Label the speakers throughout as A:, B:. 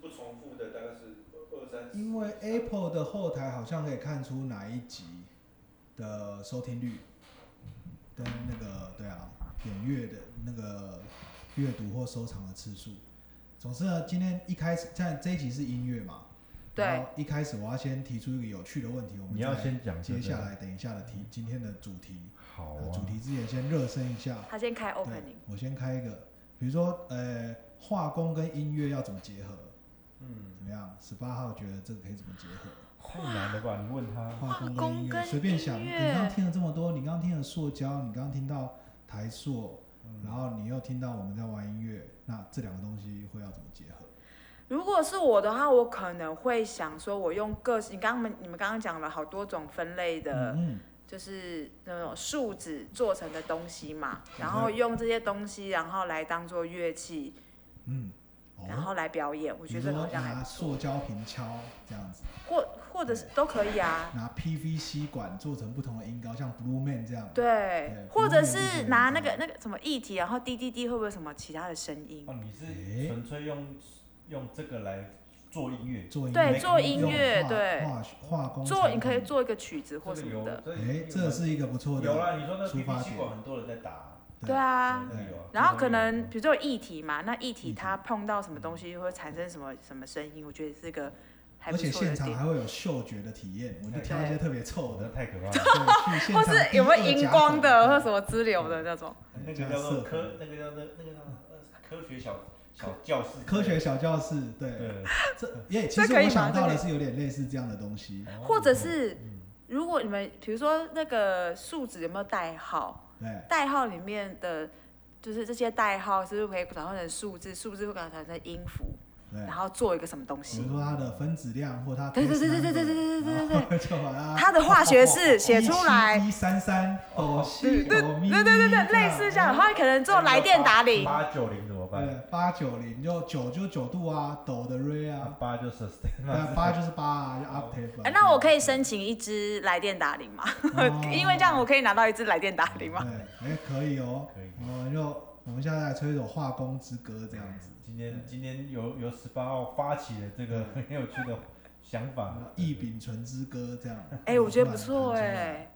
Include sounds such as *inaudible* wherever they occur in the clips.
A: 不重复的，大概是二三十。
B: 因为 Apple 的后台好像可以看出哪一集的收听率跟那个对啊点阅的那个阅读或收藏的次数。总之呢，今天一开始，像这一集是音乐嘛，
C: 对
B: 然后一开始我要先提出一个有趣的问题，我们
D: 你要
B: 再
D: 先讲
B: 接下来
D: 对
B: 等一下的题，今天的主题，
D: 不对好
B: 呃主
D: 啊，
B: 题之前先热身一下。
C: 他先开
B: 对
C: opening，，
B: 我先开一个，比如说呃，画工跟音乐要怎么结合？
D: 嗯，
B: 怎么样？十八号觉得这个可以怎么结合？
D: 太难了吧？你问他，
B: 画工
C: 画工
B: 跟音乐，
C: 哦跟
B: 随便想。
C: 音
B: 你
C: 乐
B: 刚刚听了这么多，你刚刚听了塑胶，你刚刚听到台塑，
D: 嗯
C: 嗯
B: 然后你又听到我们在玩音乐，那这两个东西会要怎么结合？
C: 如果是我的话，我可能会想说，我用各你刚们你们刚刚讲了好多种分类的，
B: 嗯，
C: 就是那种树脂做成的东西嘛，然后用这些东西，然后来当做乐器，
B: 嗯，
C: 然
B: 哦，
C: 后来表演，我
B: 比
C: 觉
B: 如
C: 得
B: 说
C: 好像还
B: 拿
C: 不
B: 塑
C: 错，
B: 胶瓶敲这样子，
C: 或或者是都可以啊，
B: 拿 PVC 管做成不同的音高，像 Blue Man 这样。
C: 对，
B: 不
C: 或
B: 用那
C: 者
B: 个
C: 是
B: 音
C: 拿
B: 高
C: 那个那个什么液体，然后滴滴滴，会不会有什么其他的声音？
D: 哦，你是
B: 诶
D: 纯粹用用这个来做音乐，
B: 做音
C: 对
B: 乐
C: 做
B: 用
C: 音乐
B: 画
C: 对
B: 画画工
C: 做
B: 产
C: 你可以
B: 品
C: 做一个曲子
D: 这
C: 或
D: 个
C: 什么
D: 有
C: 的，，
B: 哎，这是一个不错的，
D: 有啦。你说那
B: 出发
D: PPT
B: 点
D: 馆很多人在打啊，
B: 对
C: 对啊，
D: 这个有啊
C: 然后
D: 这个
C: 可
D: 有
C: 能
B: 嗯
D: 啊
C: 比如说有液体嘛，那液
B: 液
C: 体
B: 体
C: 它碰到什么东西会产生什么什么声音，我觉得是个
B: 而
C: 还不
B: 且
C: 错的
B: 现场
C: 点。
B: 还会有嗅觉的体验，我就挑一些特别臭
D: 哦，那
B: 的，
D: 太可怕了。
B: 对，去现
C: *laughs* 或
B: 场
C: 是有没有
B: 第
C: 荧
B: 二家
C: 光的，
B: 口
C: 或什么支流的那种？
D: 那
B: 对加
D: 个叫
B: 色
D: 做科，那个叫做那个叫做呃科学小小教室之类的，
B: 科学小教室，对，
D: 对，
B: 这耶，其
C: 这
B: 实
C: 可以
B: 我
C: 吗
B: 想
C: 这
B: 到
C: 可
B: 的
C: 以
B: 是有点类似这样的东西，
D: 哦
C: 或者是
D: 嗯
C: 如果你们比如说那个数值有没有代号？
B: 对，
C: 代号里面的就是这些代号是不是可以转换成数字？数字会转换成音符，
B: 对
C: 然，后做一个什么东
B: 比如
C: 西？
B: 说它的分子量或它
C: 对对对对对对对对对对对
B: 对， *laughs* 就把它
C: 它的化学式写出来，
B: 一三三哦西
C: 对对
B: 哆咪，
C: 对对对对，类似
B: 嗯
C: 这样，它可能做来电打铃。
D: 八九零怎么办？
B: 对，八九零就九就九度啊，抖的 re
D: 那 *laughs*
B: 啊，
D: 八就是 sustain
B: 那
D: 嘛
B: 八就是八啊，就 octave 啊。
C: 哎、那我可以申请一支来电打铃吗？
B: 哦
C: *laughs* 因为这样我可以拿到一支来电打铃吗？
B: 对，哎，可以哦。
D: 可以。
B: 我们就我们现在来吹一首化工之歌 *laughs* 这样子，
D: 今天今天由由十八号发起了这个很有趣的想法，
B: 异丙醇之歌这样。
C: 哎、我觉得不错哎、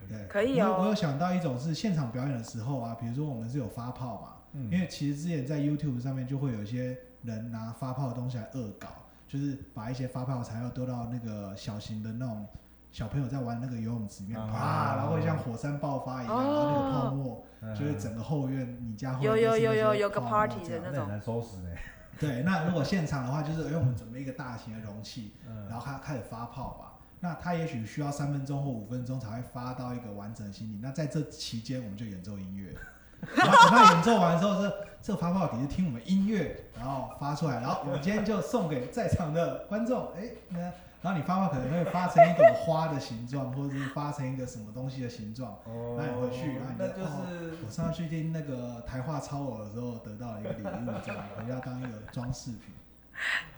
D: 可以
B: 对，
C: 可以
B: 我有
C: 哦
B: 我有想到一种是现场表演的时候啊，比如说我们是有发炮嘛，
D: 嗯
B: 因为其实之前在 YouTube 上面就会有一些人拿发炮的东西来恶搞，就是把一些发炮材料丢到那个小型的那种小朋友在玩那个游泳池里面，
D: 啊
B: 啪，然后会像火山爆发一样，
C: 哦
B: 然后那个泡沫
D: 嗯
B: 就会整个后院，你家后
C: 有
B: 院
C: 有
B: 就是
C: 有
B: 那
C: 有
B: 些
C: 有个
B: 泡沫
C: party
B: 这样
C: 的那
D: 那
C: 种
D: 很难收拾呢。
B: 对，那如果现场的话，就是哎因为我们准备一个大型的容器，然
D: 嗯，
B: 后它开始发泡吧。那它也许需要三分钟或五分钟才会发到一个完整的心理。那在这期间，我们就演奏音乐。 *laughs* 然后等到演奏完之后，这这发泡底是听我们音乐，然后发出来。然后我们今天就送给在场的观众，哎，那然后你发泡可能会发成一朵花的形状，或者是发成一个什么东西的形状。
D: 哦
B: 那你回去然后你就哦
D: 那就是
B: 我上次去听那个台话超偶的时候，得到了一个礼物，这样回家当一个装饰品。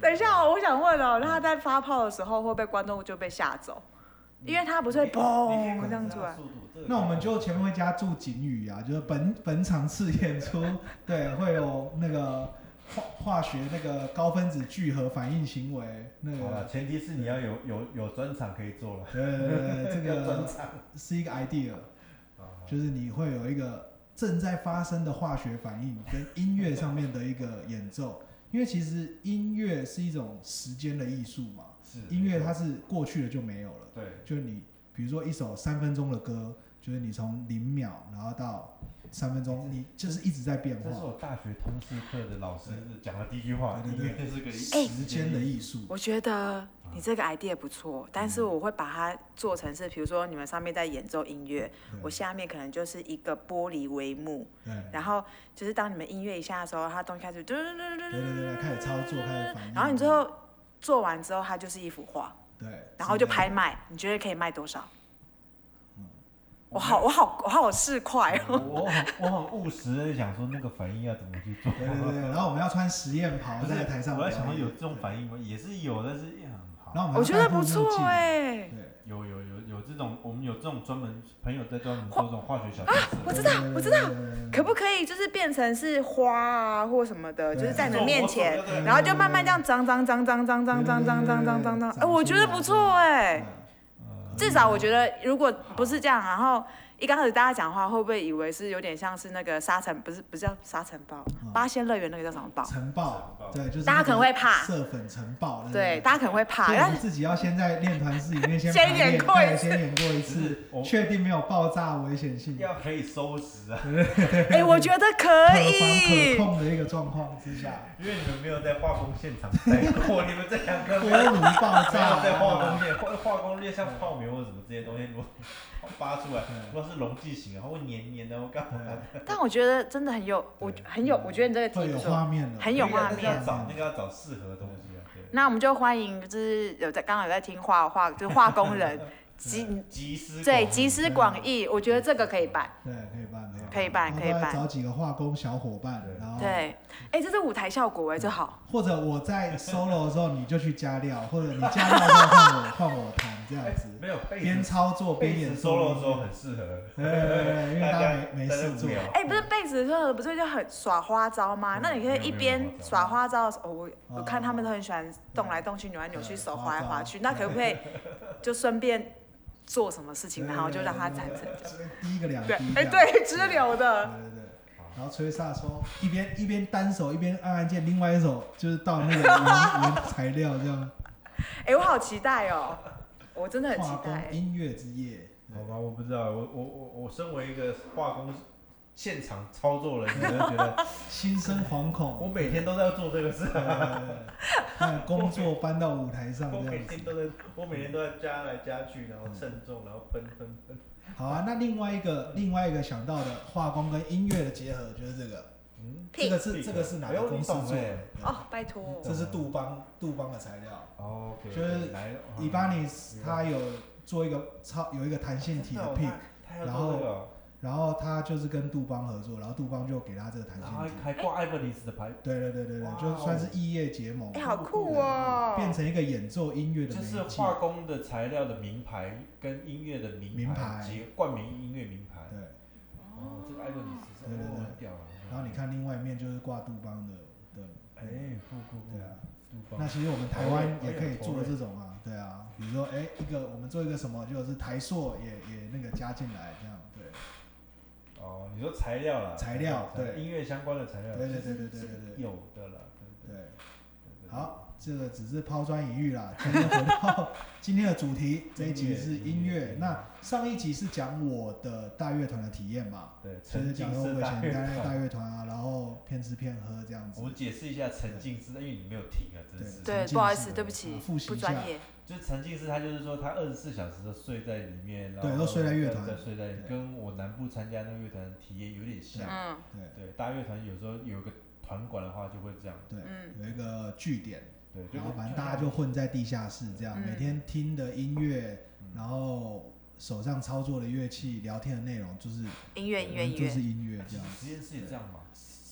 C: 等一下哦、我想问哦、那他在发炮的时候会被观众就被吓走？因为他不是会
D: 你可
C: 砰
D: 以
C: 这样出来，
D: 速度这个
B: 那我们就前面会加注警语啊， *laughs* 就是本本场次演出， *laughs* 对，会有那个化化学那个高分子聚合反应行为，那
D: 好啊了，
B: 个
D: 前提是你要有有有专场可以做了。
B: 呃，这
D: *laughs* 要专
B: 个
D: 场
B: 是一个 idea，
D: 啊
B: 就是你会有一个正在发生的化学反应跟音乐上面的一个演奏，因为其实音乐是一种时间的艺术嘛，
D: 是
B: 音乐它是过去了就没有了。
D: 对
B: 就是你比如说一首三分钟的歌，就是你从零秒然后到三分钟，你就是一直在变
D: 这是
B: 化，
D: 我大学通识课的老师讲的第一句话，
B: 对
D: 音
B: 对
D: 乐是个
C: 哎
B: 时间的艺术。
C: 我觉得你这个 idea 不错，但是我会把它做成是，比如说你们上面在演奏音乐，我下面可能就是一个玻璃帷幕，
B: 对
C: 然后就是当你们音乐一下的时候，它东西开始嘟嘟嘟嘟
B: 对
C: 嘟
B: 对对对，开始操作，开始反应。
C: 然后你最后做完之后，它就是一幅画，
B: 对，
C: 然后就
B: 之类
C: 拍
B: 的。
C: 卖，你觉得可以卖多少？我好，我好，我好市侩哦。
D: 我我很我很务实的想说那个反应要怎么去做。
B: 对对对，
C: *laughs*
B: 然后我们要穿实验袍
D: *laughs* 不是
B: 在台上
D: 我
B: 表
D: 在
B: 演。
D: 想说有这种反应吗？也是有，但是也很好。
B: 然后我们
C: 我觉得不错
B: 哎。
C: 哎、
B: 对，
D: 有有有有这种，我们有这种专门朋友在专门做这
C: 哦
D: 种化学小测
C: 我
D: 试。
C: 知道我知道
B: 对，对对对对
C: 可不可以就是变成是花啊或什么的，
B: 对
C: 就是在你的
D: 我
C: 面
D: 我
C: 前
D: 对对，对
C: 然后就慢慢这样脏脏脏脏脏脏脏脏脏脏脏脏，哎，我觉得不错哎，
D: 呃
C: 至少我觉得如果不是这样，然后一刚开始大家讲话会不会以为是有点像是那个沙尘，不是不是叫沙尘暴，八仙乐园那个叫什么暴？
B: 晨爆
D: 晨，爆
B: 对，就是
C: 大家可能会怕
B: 色粉晨爆，
C: 对，大家可能会怕，
B: 所以我
C: 但
B: 们
C: 是
B: 自己要先在练团室里面先
C: 先
B: 排
C: 演
B: 练
C: 过
B: 对
C: 一次
B: 先演过一
D: 就
B: 次
D: 是我，
B: 确定没有爆炸危险性，
D: 呃要可以收拾啊，
C: 哎，我觉得可
B: 可
C: 以
B: 防可。控的一个状况之下，
D: 因为你们没有在化工现场待
C: *laughs*
D: 过，你们这两个
B: 锅
D: 没
B: 炉
D: 有
B: 爆炸，
D: 在化工业，化化工业像泡棉或者什么这些东西，如果 *laughs* 发出来，如果是溶剂型啊，它会黏黏的，我干嘛的？
C: 但我觉得真的很有，我
D: 对
C: 很有，我觉得你这个
B: 会
C: 题
B: 有
C: 不错。
B: 画面的，
C: 很有画面
D: 那个要找那个要找适合的东西啊，对。
C: 那我们就欢迎，就是有在刚刚有在听画画，就是化
B: *laughs*
C: 工人，集
D: 集思
C: 对，
D: 广益
C: 集思广益，我觉得这个可以办。
B: 对，可以办，
C: 可以办
B: 然后
C: 可以办
B: 再找几个化工小伙伴，
D: 对
B: 然后
C: 对，哎、这是舞台效果哎、这好。
B: 或者我在 solo 的时候你就去加料，或者你加料的时候换我换我弹这
D: 嗯
B: 样子，
D: 哎没有被
B: 边
D: 子
B: 操作边
D: 被
B: 演
D: 子 solo 的时候很适合，
B: 对对对对因为大家没没
D: 大家
B: 事做
D: 无聊
C: 哎、不是贝斯的时候不是就很耍花招吗？那你可以一边耍花招的时候，哦我我看他们都很喜欢动来动去、扭来扭去、手划来划
B: 哦
C: 去，那可不可以就顺便做什么事情，然后就让它产生这样？
B: 第一个两滴
C: 对，
B: 这样，
C: 哎、对， *laughs* 支
B: 对
C: 流的，
B: 对对。然后吹萨说，一边一边单手一边按按键，另外一手就是到那个原原材料这样。
C: 哎、我好期待哦，我真的很期
B: 化
C: 待、
B: 工音乐之夜，
D: 好吧，我不知道，我我我我身为一个化工现场操作人员，我就觉 *laughs* 得
B: 心生惶
D: 我
B: 恐。
D: 每天都在做这个 *laughs* 事，
B: 呃，把工作搬到舞台上
D: 我
B: 这
D: 每
B: 样子
D: 天。都在，我每天都在加来加去，然后称重，然后喷喷喷。
B: 好啊，那另外一个另外一个想到的化工跟音乐的结合就是这个，
D: 嗯，
B: 这个
C: pick
B: 是
D: 屁
B: 这个是哪个公司做的
D: 哎呦你？
C: 哦，拜托，
B: 对这是杜邦杜邦的材料，
D: 哦，OK，
B: 就是
D: 来
B: 伊巴尼斯
D: 嗯
B: 它有做一个超有一个弹性
D: 哦
B: 体的 pick，
D: 他要
B: 然
D: 做
B: 后
D: 这个哦，
B: 然后它就是跟杜邦合作，然后杜邦就给它这个弹
D: 然后
B: 性体。
D: 还挂艾伯尼斯的牌，
B: 对对对对对
D: 哇，哦
B: 就算是异业结盟
C: 哎、，好酷哦，
B: 变成一个演奏音乐的
D: 就
B: 媒
D: 是
B: 介。
D: 化工的材料的名牌跟音乐的名
B: 名牌
D: 结冠名音乐名牌。
B: 对，
D: 哦，这个艾伯尼斯是
B: 对对
D: 哦
B: 对
D: 很屌啊。
B: 然后你看另外一面就是挂杜邦的，对
D: 哎，酷酷酷
B: 对，啊。
D: 杜
B: 那
D: 邦，
B: 其实我们台湾也可以做这种啊，对啊，比如说哎、一个我们做一个什么，就是台塑也也那个加进来这样，对，
D: 哦，你说材料啦，
B: 材料对
D: 音乐相关的材料，
B: 对对
D: 其
B: 对
D: 实
B: 对对
D: 是
B: 对对
D: 有的啦，对
B: 对，
D: 对对。
B: 好，这个只是抛砖引玉啦。今天回到
D: *laughs*
B: 今天的主题，这一集是音
D: 音乐
B: 乐。那上一集是讲我的大乐团的体验嘛，
D: 对，
B: 就是
D: 沉
B: 讲
D: 浸
B: 说我
D: 式
B: 以
D: 大
B: 前
D: 乐
B: 待在大
D: 团。
B: 乐团啊，然后骗吃骗喝这样子
D: 我。们解释一下沉浸式，因为你没有听啊，真是。
C: 对，不好意思，对不起
B: 啊复，习
C: 不
B: 一下
C: 专业。
D: 就是沉浸式，他就是说他二十四小时都睡在里面，然后
B: 对都睡在乐团
D: 在睡在
B: 对啊
D: 跟我南部参加那个乐团体验有点像。
C: 嗯
B: 对
D: 对，大乐团有时候有一个团管的话就会这样，
B: 对，
C: 嗯，
B: 有一个据点，
D: 对，就
B: 然后反正大家就混在地下室这样，
C: 嗯
B: 每天听的音乐
D: 嗯，
B: 然后手上操作的乐器，聊天的内容就是
C: 音乐音乐音
B: 就
C: 乐，
B: 是音乐这样。
D: 实验室也这样嘛，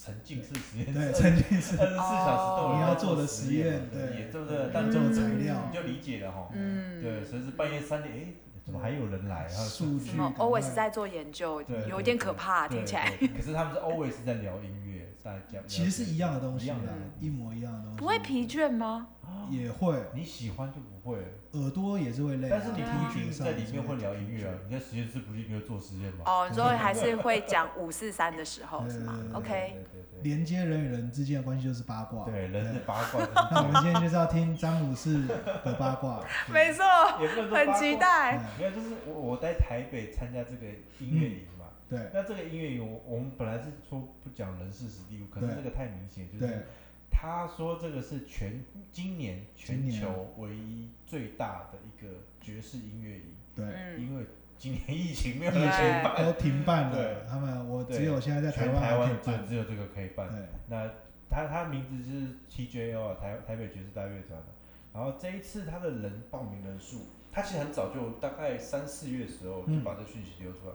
D: 沉浸式实验室，
B: 对，
D: 二
B: 沉浸式
D: 十四小时都有
C: 你
B: 要
D: 要
B: 做的实
D: 实
B: 验
D: 嘛
B: 对嗯
D: 也对不对？
B: 要
D: 但
B: 做的
D: 就你
B: 材料
D: 就理解了哈，
C: 嗯，
D: 对，随时半夜三点，哎，怎么还有人来？然后
B: 数据
C: 什么
B: 赶快
C: always 在做研究
D: 对，
C: 有一点可怕，
D: 对
C: 啊听起来
D: 对可是他们是 always 在聊音乐，大家
B: 其实是一样的东
D: 一
B: 西啦啊嗯
D: 样的，
B: 一模一样的东西，
C: 不会疲倦吗？
B: 也会，
D: 你喜欢就不会，
B: 耳朵也是会累啊，
D: 但是你
C: 对
D: 不
C: 啊
D: 一定在里面会聊音乐啊。你在实验室不一定会做实验嘛？
C: 哦，你说还是会讲五四三的时候是吗
B: 对对对
D: 对
C: ？OK，
D: 对对
B: 连接人与人之间的关系就是八卦，
D: 对，对人的
B: 对。
D: 八卦
B: 那我
D: 就是
B: 们今天就是要听詹姆士的八
C: *laughs*
B: 卦，
C: 没错，
D: 这样，也
B: *laughs*
D: 不能说八
C: 很
D: 卦
C: 期。待。
D: 没有，就是我我在台北参加这个音乐营嘛。
B: 对
D: 那这个音乐营，我我们本来是说不讲人事实地物，可是
B: 对
D: 这个太明显，就
B: 对
D: 是他说这个是全今年
B: 今
D: 全
B: 年
D: 球唯一最大的一个爵士音乐营，
B: 对，
C: 嗯，
D: 因为今年疫情没有
B: 疫情
D: 人
C: 对
D: 办，
B: 都停办了，
D: 对
B: 他们我
D: 对
B: 只有现在在台
D: 全
B: 湾
D: 台
B: 还可以
D: 湾就
B: 办，
D: 只有这个可以办。
B: 对。
D: 那他他名字就是 TJO 啊，台台北爵士大乐团的。然后这一次他的人报名人数，他其实很早就大概三四月的时候就
B: 嗯
D: 把这讯息流出来。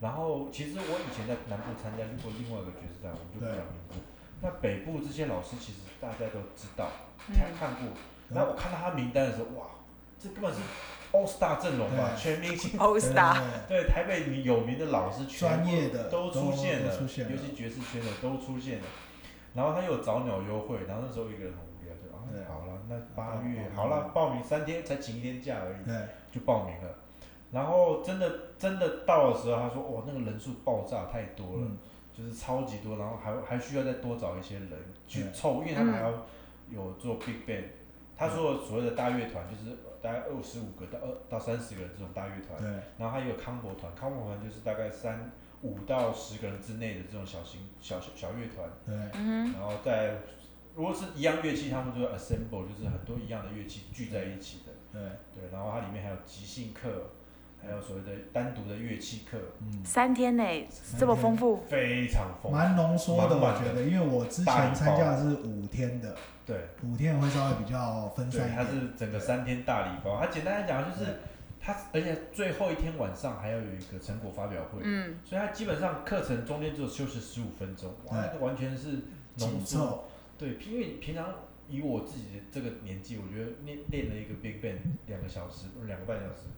D: 然后其实我以前在南部参加过另外一个爵士团，我们就不
B: 对
D: 讲名字。那北部这些老师其实大家都知道，
C: 嗯
D: 看看过。
B: 嗯
D: 然后我看到他名单的时候，哇，这根本是 All Star 阵容
B: 对
D: 嘛，全明星，
C: All
B: 对
C: Star，
B: 对
D: 对台北你有名的老师全部
B: 专业的
D: 都出现
B: 都
D: 了，
B: 出现了
D: 尤其爵士圈的都出现了。然后他有早鸟优惠，然后那时候一个人很无聊，就啊
B: 对
D: 好了，那八
B: 报
D: 月
B: 报
D: 好了
B: 名，
D: 报名三天才请一天假而已，
B: 对
D: 就报名了。然后真的真的到的时候，他说哇那个人数爆炸太多了，
B: 嗯
D: 就是超级多，然后还还需要再多找一些人去
B: 对
D: 凑，因为他们还要有做 big band，他说的所谓的大乐团就是大概二十五个到二到三十个人这种大乐团，
B: 对
D: 然后还有康博团，康博团就是大概三五到十个人之内的这种小型小小小乐团，
B: 对
C: 嗯
D: 然后在如果是一样乐器，他们就 assemble，就是很多一样的乐器聚在一起的，
B: 对，
D: 对，然后它里面还有即兴课，还有所谓的单独的乐器课，
B: 嗯，
C: 三天内这么丰富，
D: 非常丰富，
B: 蛮浓缩的，
D: 满满
B: 我
D: 的
B: 觉得，因为我之
D: 大礼
B: 前
D: 包
B: 参加的是五天的，
D: 对。
B: 五天会稍微比较分散
D: 对，
B: 一
D: 它
B: 点，
D: 是整个三天大礼包。它简单来讲就是
B: 对，
D: 它而且最后一天晚上还要有一个成果发表会，
C: 嗯，
D: 所以它基本上课程中间只有休息十五分钟，哇，
B: 对
D: 那个完全是浓
B: 紧
D: 缩。
B: 凑，
D: 对，因为平常以我自己的这个年纪，我觉得练练了一个 Big Bang 两个小时，两个半小时。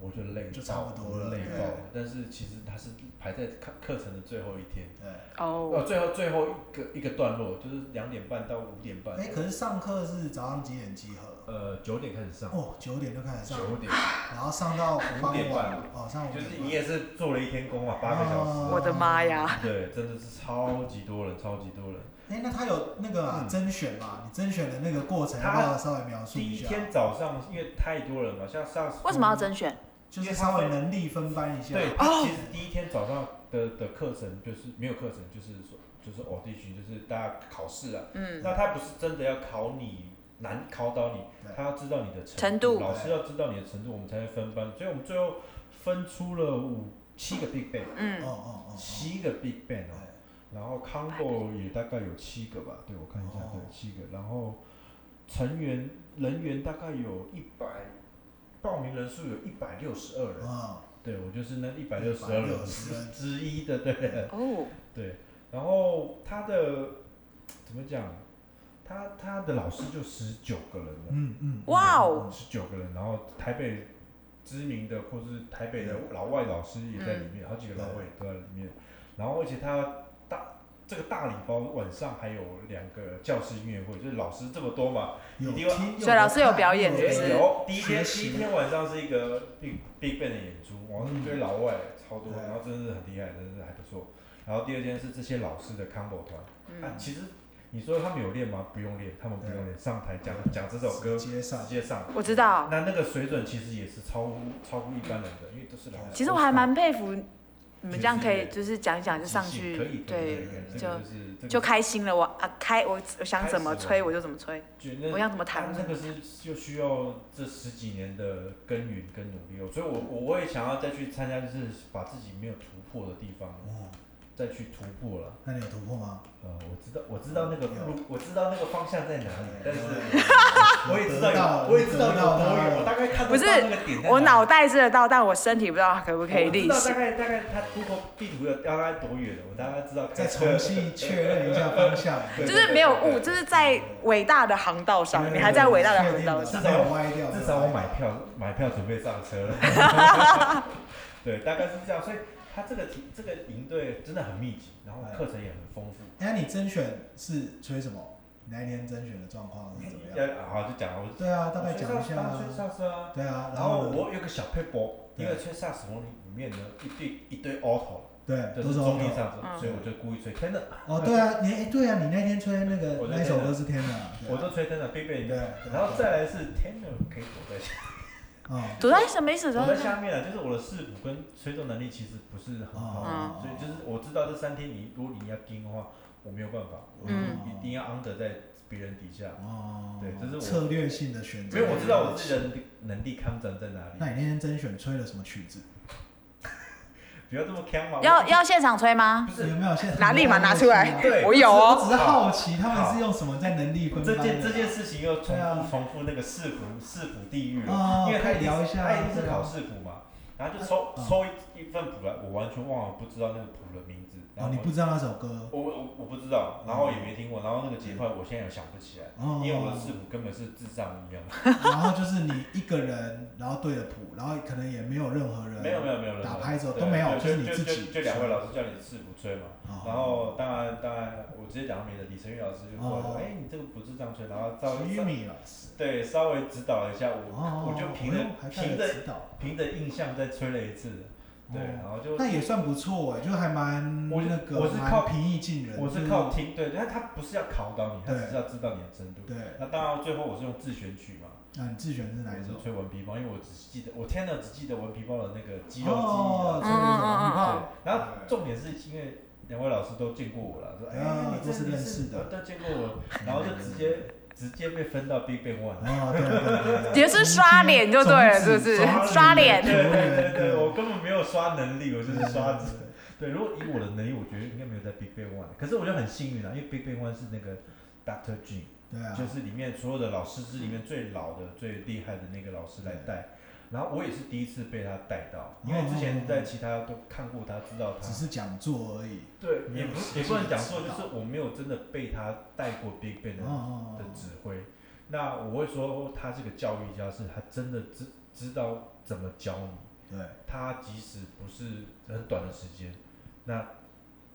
D: 我就累
B: 就
D: 爆
B: 差不多了
D: 累
B: 对
D: 爆。但是其实它是排在课课程的最后一天，
B: 对。
C: 哦
D: 呃，，最后最后一个一个段落就是两点半到五点半，
B: 哎，可是上课是早上几点集合？
D: 呃，九点开始上，
B: 哦，九点就开始上，
D: 九点。
B: 然后上到傍
D: 五点半
B: 晚，哦，上午
D: 就是你也是做了一天工啊，八个
B: 哦
D: 小
C: 我的妈呀，
D: 时，对，真的是超级多人，超级多人。
B: 哎，那他有那个啊
D: 嗯
B: 甄选嘛？你甄选的那个过程要
D: 他
B: 不要稍微描述
D: 第
B: 一
D: 一
B: 下？
D: 天早上，因为太多人嘛，像上次
C: 为什么要？甄选？
B: 就是稍微能力分班一下。哦
D: 对，他其实第一天早上的的课程就是没有课程，就是说就是 audition，就是大家考试啊。
C: 嗯，
D: 那他不是真的要考你难考倒你
B: 对，
D: 他要知道你的
C: 程
D: 度，
C: 度
D: 老师要知道你的程度，我们才会分班。所以我们最后分出了五七个 big band，
B: 哦
C: 嗯，
B: 哦哦哦，
D: 七个 big band 哦。
B: 对
D: 然后 combo 也大概有七个吧，对我看一下，
B: 哦
D: 对七个。然后成员人员大概有一百，报名人数有一百六十二人，
B: 嗯，
D: 对我就是那一百六十二人之
B: 162
D: 之一的，对
C: 哦，
D: 对。然后他的怎么讲？他他的老师就十九个人了，
B: 嗯嗯，
C: 哇哦，
D: 十九个人。然后台北知名的或是台北的老外老师也在里面，好几个老外也都在里面。然后而且他大这个大礼包晚上还有两个教师音乐会，就是老师这么多嘛，
B: 有
D: 一定要
B: 听，
C: 所以老师有表演
B: 哎有
C: 是不
B: 看
C: 是
D: 有第一天
B: 学习
D: 第一天晚上是一个 big big band 的演出，哇，
B: 嗯
D: 一堆老外超多，
B: 对
D: 然后真的是很厉害，真的是还不错。然后第二天是这些老师的 combo 团，啊，
C: 嗯，
D: 其实你说他们有练吗？不用练，他们不用练，上台讲讲这首歌，
B: 直接上
D: 直接上。
C: 我知道。
D: 那那个水准其实也是超乎超乎一般人的，因为都是老师。
C: 其实我还蛮佩服你们这样可以，就是讲一讲就上
D: 可以
C: 去，，
D: 可以
C: 对，
D: 可以可以
C: 就
D: 这个就是这个
C: 就开心了。我啊开，我我想怎么
D: 开
C: 吹
D: 始了
C: 我就怎么吹，
D: 觉得
C: 我想怎么弹
D: 那个是就需要这十几年的耕耘跟努力哦，所以我我我也想要再去参加，就是把自己没有突破的地方
B: 哦，
D: 再去突破了。
B: 那你有突破吗？
D: 呃，我知道我知道那个
B: 有
D: 路，我知道那个方向在哪里，但是
B: 有
D: 我也知
B: 得到
D: 道有，我也知道有
B: 得到
D: 多
B: 它
D: 远，我大概看
C: 不
D: 得
C: 是
D: 到那个点在哪里。
C: 我脑袋知得到，但我身体不知道可不可以
D: 我知
C: 力
D: 道
C: 行
D: 大。概大概它突破地图要大概多远了，我大概知道。
B: 再重新确认一下方向，
D: 对
C: 就是没有误，就是在伟大的航道上，
D: 对
C: 你还在伟大的
B: 确
C: 航
B: 定
C: 道
B: 了
C: 上。
D: 上
B: 没有歪掉，
D: 至少我买票买票准备上车了。
B: *laughs*
D: 对，大概是这样，所以他这个题这个营队真的很密集，然后课程也很丰富。
B: 哎，那你甄选是吹什么？你那一天甄选的状况是怎么样？
D: 要啊好就讲了，我
B: 对啊，大概
D: 我吹
B: 讲一
D: 萨
B: 下啊。
D: 吹萨斯啊。
B: 对啊，
D: 然
B: 然后
D: 后
B: 呢
D: 我有个小配博，因为吹萨斯风里面呢一堆一堆 auto，
B: 对
D: 就
B: 都
D: 是
B: 是
D: 中
B: auto
D: 低萨斯，
C: 嗯
D: 所以我就故意吹 tenor，
B: 哦，对啊，你哎对啊，你那天吹那个
D: 我
B: 那
D: 那天
B: 首歌是天哪，对啊
D: 我都吹 tenor 背
B: 对，
D: 背你。
B: 嗯对
D: 然后再来是 tenor 可以躲在下，
B: 嗯
C: 躲在什么意思？
D: 躲
C: 躲
D: 在
C: 在什么
D: 下面啊，就是我的视谱跟吹奏能力其实不是很好。
B: 哦，
D: 所以就是我知道这三天你如果你要盯的话，我没有办法，我
C: 嗯
D: 一定要 under 在别人底下。
B: 哦，
D: 对这是我
B: 策略性的选择。
D: 因为我知道我自己的能力抗战在哪
C: 嗯
B: 那
D: 里，
B: 你那天甄选吹了什么曲子？
D: 不要这么坑嘛。
C: 要
D: 我
C: 要现场吹吗
D: 不？是
B: 有没有现在 *laughs*
C: 拿立马拿出来
D: 对，
C: 我有
B: 我
C: 哦。
B: 只是好奇他们是用什么在能力分班
D: 这
B: 的哦
D: 件这件事情又重
B: 对啊
D: 复重复那个市府市府地狱了，
B: 哦
D: 因为他
B: 可以聊一下
D: 他一定
B: 对
D: 是
B: 啊
D: 考市府嘛，然后就抽
B: 嗯
D: 抽一一份谱来，我完全忘了不知道那个谱的名字，然
B: 哦，
D: 后
B: 你不知道那首歌，
D: 我我我不知道，然后也没听过，然后那个节拍我现在也想不起来，
B: *laughs* 哦，
D: 因为我的视谱根本是智障一样，
B: 然后就是你一个人，然后对着谱，然后可能也没有任何人，
D: 没有没有没有，
B: 打拍子
D: 对
B: 都没有
D: 对
B: 就是你
D: 就
B: 自
D: 就
B: 己
D: 就两位老师叫你视谱吹嘛，
B: 哦
D: 然后当然当然我直接讲到名字，李成宇老师就过来说，
B: 哦
D: 哎你这个不是这样吹，然后稍微
B: 徐米老师，
D: 对稍微指导了一下
B: 哦，
D: 我，我就凭
B: 哎呦
D: 着
B: 还带
D: 凭
B: 着
D: 着
B: 指导，
D: 凭着印象再吹了一次，对，
B: 哦
D: 然后就
B: 那也算不错哎，就还蛮
D: 我是
B: 那个，
D: 我是靠
B: 蛮平易近人，
D: 我
B: 就是
D: 靠听，对，但他不是要考倒你，他
B: 对
D: 只是要知道你的深度。
B: 对，
D: 那当然最后我是用自选曲嘛。
B: 那你自选是哪一首
D: 我是？吹文皮包，因为我只记得我天哪，只记得文皮包的那个肌肉记忆
B: 哦，
D: 啊、
B: 这个
D: 对，然后重点是因为两位老师都见过我了，说哎、
B: 啊
D: 你
B: 都
D: 这
B: 是
D: 你
B: 认识的
D: 都见过我，然后就直接直
B: *laughs*
D: 接被分到 Big Bang One。
B: 哦，对对对，
C: 也是刷脸就对了
B: 种子
C: 是不是
B: 种子
C: 刷脸
D: 对对对对，我根本没有刷能力，我就是刷子。
B: *laughs* 对
D: 对，如果以我的能力，我觉得应该没有在 Big Bang One，可是我就很幸运啊，因为 Big Bang One 是那个 Doctor Jim。
B: 对啊，
D: 就是里面所有的老师之里面最老的、最厉害的那个老师来
B: 嗯
D: 带。然后我也是第一次被他带到，因为之前在其他都看过他，知道他
B: 只。是讲座而已。
D: 对，
B: 没
D: 也
B: 有
D: 不
B: 实际
D: 也不能讲
B: 知
D: 说，就
B: 道
D: 是我没有真的被他带过 Big Bang 的
B: 哦
D: 的指挥。那我会说，他这个教育家是他真的知知道怎么教你，
B: 对，
D: 他即使不是很短的时间，那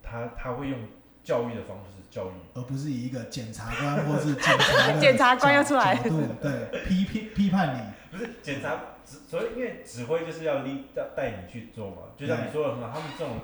D: 他他会用教育的方式教育你。
B: 而不是以一个检察官或是检察的
C: 检察官又出来
B: 角度，对，批批批判你，
D: 不是检查指，所以因为指挥就是要 lead 带带你去做嘛，就像你说的嘛，他们这种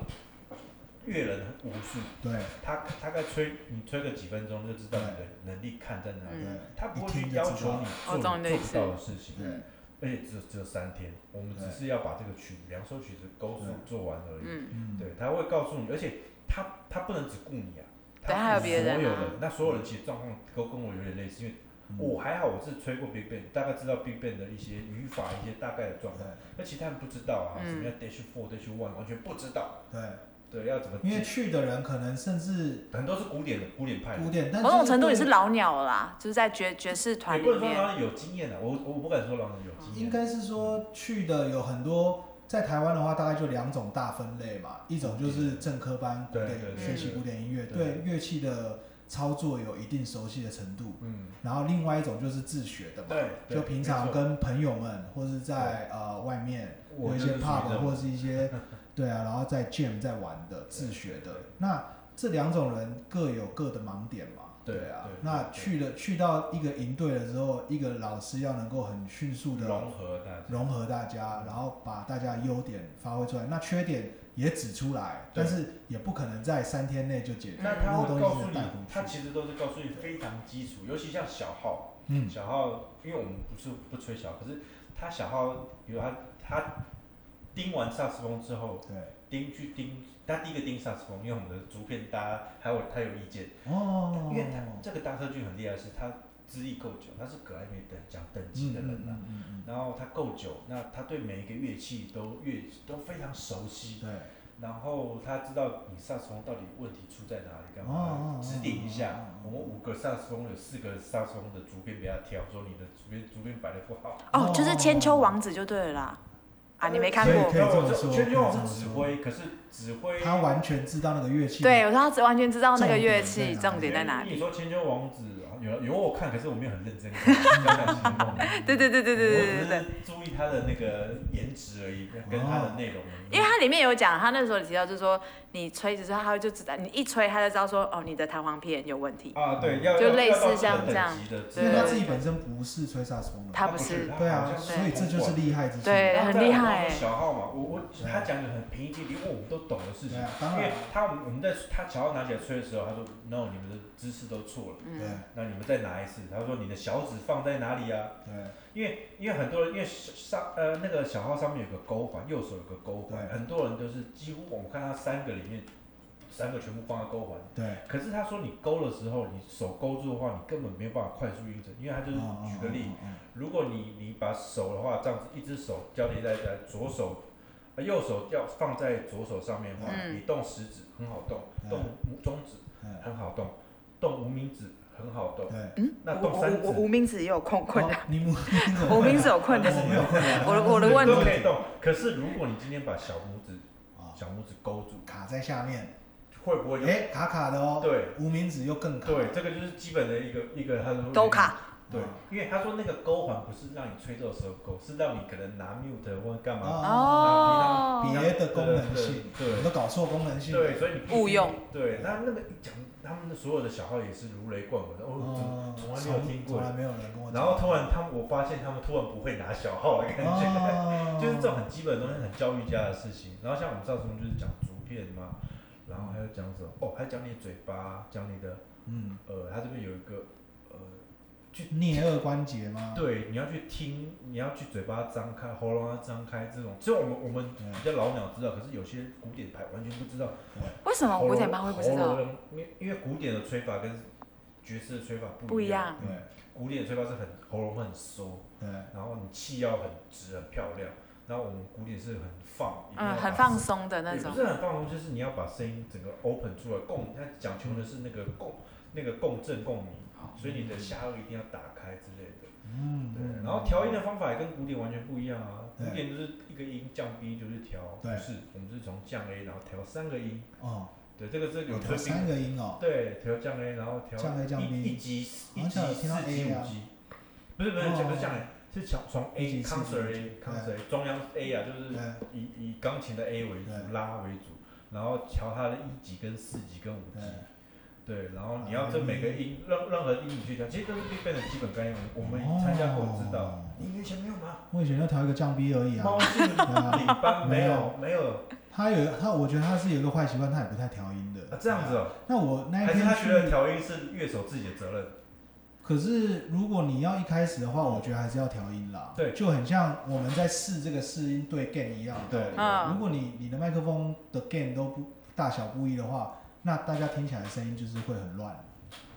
D: 乐人无数，
B: 对
D: 他大概吹你吹个几分钟就知道你的能力看在哪里，
B: 对
C: 嗯，
D: 他不会
B: 一听
D: 去
B: 就
D: 要
B: 知
D: 求
B: 道
D: 你做
C: 我
D: 你
C: 懂
D: 做
C: 你的意
D: 不
C: 思
D: 到的事情，
C: 嗯
B: 对
D: 而且只有只有三天，我们只
B: 对
D: 是要把这个曲子两首曲子勾数
B: 对
D: 做完而已，
C: 嗯，
B: 嗯，
D: 对，他会告诉你，而且他他不能只顾你啊，
C: 对还有
D: 顾
C: 别人
D: 所有
C: 啊
D: 人，那所有人其实状况都跟我有点类似，因为
B: 嗯
D: 我还好，我是吹过 Big Bang，大概知道 Big Bang 的一些语法、一些大概的状态，那其他人不知道啊，
C: 嗯
D: 什么叫 Dash Four、Dash One，完全不知道。
B: 对，
D: 对，要怎么
B: 对因为
D: 记？
B: 去的人可能甚至
D: 很多是古典的古典派的，
B: 古典，但
C: 某种程度也是
B: 对
C: 老鸟了啦，就是在爵爵士团
D: 也
C: 里
D: 不能说
C: 面，
D: 老人有经验的、啊我我不敢说老人有经验。
B: 应该是说去的有很多。在台湾的话，大概就两种大分类嘛，一种就是正科班古
D: 对
B: 典
D: 对
C: 对
B: 学习古典音乐，
D: 对
B: 对乐器的操作有一定熟悉的程度，
D: 嗯，
B: 然后另外一种就是自学的嘛，
D: 对，对
B: 就平常
D: 没错
B: 跟朋友们，或是在呃外面
D: 我
B: 有一
D: 就
B: 些
D: 是属于
B: pub
D: 这种
B: 或是一些对啊，然后在 jam 在玩的自学的
D: 对。
B: 那这两种人各有各的盲点嘛，
D: 对
B: 啊
D: 对。
B: 那
D: 对
B: 去了去到一个营队了之后，一个老师要能够很迅速的
D: 融合大家。
B: 融合大
D: 嗯
B: 家，然后把大家的优点发挥出来，那缺点也指出来，
D: 对
B: 但是也不可能在三天内就解决。
D: 那他
B: 那个
D: 会告
B: 东西
D: 诉
B: 就
D: 你
B: 带回，
D: 他
B: 去。
D: 其实都是告诉你非常基础，尤其像小号，
B: 嗯，
D: 小号，因为我们不是不吹小，可是他小号，比如他他钉完萨克斯风之后，
B: 对。
D: 钉去钉，他第一个钉萨克斯风，因为我们的竹片搭还有他有意见，
B: 哦。
D: 因为他这个大特剧很厉害，是他资历够久，他是格莱美等奖等级的人呐、
B: 嗯嗯嗯嗯
D: 然后他够久，那他对每一个乐器都乐都非常熟悉，
B: 对。
D: 然后他知道你萨克斯风到底问题出在哪里，干
B: 哦
D: 嘛
B: 哦哦
D: 指点一
B: 哦
D: 下。
B: 哦
D: 我们五个萨克斯风有四个萨克斯风的竹编给他挑，说你的竹编竹编摆的不好。
C: 哦，就是千秋王子就对了啦，啊，你没看
B: 所以
C: 过
B: 可？以这么
D: 我
B: 说
D: 圈圈王
B: 可以这么
D: 是指
B: 说
D: 挥，可是指挥
B: 嗯他完全知道那个乐器。
C: 对，我说他只完全知道那个乐
B: 重
C: 器
B: 点在哪
C: 重点在哪里。
D: 你说千秋王子哦有有我看，可是我没有很认真看。交响情梦
C: 对对 *laughs* 对对对对对对
D: 我。只是注意他的那个颜值而已，跟他的内容而已。
C: 因为它里面有讲，他那时候有提到就是说，你吹的时候，他会就知道，你一吹他就知道说，哦，你的弹簧片有问题。
D: 啊，对，要
C: 就
D: 要
C: 类似
D: 要到
C: 像
D: 这个等级的
C: 这样
B: 因为
C: 对
B: 他自己本身不是吹萨克斯风的。
C: 他不是
B: 对
D: 好
B: 啊，
D: 像是
B: 所以这就是厉害之处。
C: 对
D: 然后
C: 很厉害
D: 再来我
C: 欸
D: 小号嘛，我我
B: 对
D: 他讲的很平易近，因为我们都懂的事情
B: 对。啊，
D: 因
B: 当
D: 为
B: 然。
D: 他我们我们在他小号拿起来吹的时候，他说 no，你们的姿势都错了，
B: 对
C: 嗯，
D: 那你们再拿一次。他说你的小指放在哪里啊？
B: 对
D: 因为因为很多人因为上呃那个小号上面有个勾环，右手有个勾环，
B: 对
D: 很多人都是几乎我看他三个里面三个全部放在勾环。
B: 对
D: 可是他说你勾的时候，你手勾住的话，你根本没有办法快速运整，因为他就是
B: 嗯
D: 举个例，，
B: 嗯嗯
D: 如果你你把手的话这样子一只手交叠在在左手。呃右手要放在左手上面的话，
C: 嗯
D: 你动食指很好动，
B: 嗯
D: 动中指
B: 嗯嗯
D: 很好动，动无名指很好动。
B: 对，
D: 那
C: 我
D: 动
C: 我
D: 三
C: 我
D: 指
C: 无名指也有困困
B: 哦
C: 难，
B: 你母你
C: *laughs*
B: 怎么
C: 无
B: 会
C: 名指有
B: *laughs*
C: 困难
B: 我。没有困难，
C: 我的我的问
D: 都可
C: 题
D: 以动，可是如果你今天把小拇指
B: 啊，
D: 小拇指勾住，
B: 卡在下面，
D: 会不会就
B: 哎，卡卡的哦，
D: 对
B: 无名指又更卡，
D: 对，这个就是基本的一个一个他说
C: 都。卡，
D: 对
B: 啊，
D: 因为他说那个勾环不是让你吹奏的时候勾，是让你可能拿 mute 或干嘛。
C: 哦
D: 哦
B: 别的功能性，
D: 对对
B: 你都搞错功能性，
D: 对，所以你必须
C: 误用。
D: 对，那那个一讲，他们的所有的小号也是如雷贯耳的，哦
B: 哦，，
D: 从从来没有听过
B: 从。来没有人跟我讲，
D: 然后突然他们，我发现他们突然不会拿小号的感觉。
B: 哦，
D: *laughs* 就是这种很基本的东西，很教育家的事情。然后像我们上次就是讲竹片嘛，然后还有讲什么？哦，还讲你嘴巴，讲你的
B: 嗯，
D: 呃，他这边有一个呃，
B: 颞颌关节吗？
D: 对，你要去听，你要去嘴巴张开，喉咙要张开这种。虽然我们我们
B: 对
D: 比较老鸟知道，可是有些古典牌完全不知道。
C: 为什么古典班会不知
D: 喉
C: 道？
D: 咙因为因为古典的吹法跟爵士的吹法不
C: 不一
D: 一样。嗯
C: 样，
B: 对
D: 古典的吹法是很喉咙会很收，
B: 对，
D: 然后你气要很直很漂亮。然后我们古典是很放，一定要
C: 嗯，很
D: 把
C: 放
D: 声
C: 松的那
D: 也
C: 种
D: 不。是很放松，就是你要把声音整个 open 出来，共它讲求的是那个共那个共振共鸣，所以你的下颚一定要打开之类的。
B: 嗯
D: 对，
B: 嗯，
D: 然后调音的方法也跟古典完全不一样啊，
B: 对
D: 古典就是一个音降 B 就是调，不
B: 对
D: 是我们是从降 A 然后调三个音，
B: 哦，
D: 对，这个是有
B: 有
D: 推
B: 调
D: 定
B: 三
D: 的，
B: 个音哦，
D: 对，调降 A 然后调
B: 降 A 降 B
D: 一一级一
B: 好
D: 级
B: 像有听到
D: 四级
B: A 啊
D: 五级，不是不是
B: 哦
D: 不是降 A，是从从
B: 一
D: A
B: 级四级
D: concert
B: 五级
D: A
B: 对
D: concert A 中央 A 啊，就是
B: 对
D: 以以钢琴的 A 为
B: 对
D: 主，拉为主，然后调它的一级跟四级跟五级
B: 对，，
D: 对，然后你要这每个音任任何音你去调，其实都是 Big Band 的基本概念，我们我们参加过知道。
B: 哦
D: 你以前没有吗？
B: 我以哦前就调一个降 B 而已啊
D: *laughs* 猫，系
B: 对 *laughs* 啊，
D: 领班没有没有
B: 他有他，我觉得他是有一个坏习惯，他也不太调音的
D: 啊，这样子。哦，
B: 那我那一
D: 还
B: 天
D: 是他觉得
B: 去，
D: 调音是乐手自己的责任？
B: 可是如果你要一开始的话，我觉得还是要调音啦。
D: 对
B: 就很像我们在试这个试音对 gain 一样的道理。
D: 对啊
C: 嗯
B: 如果你你的麦克风的 gain 都不大小不一的话，那大家听起来的声音就是会很乱，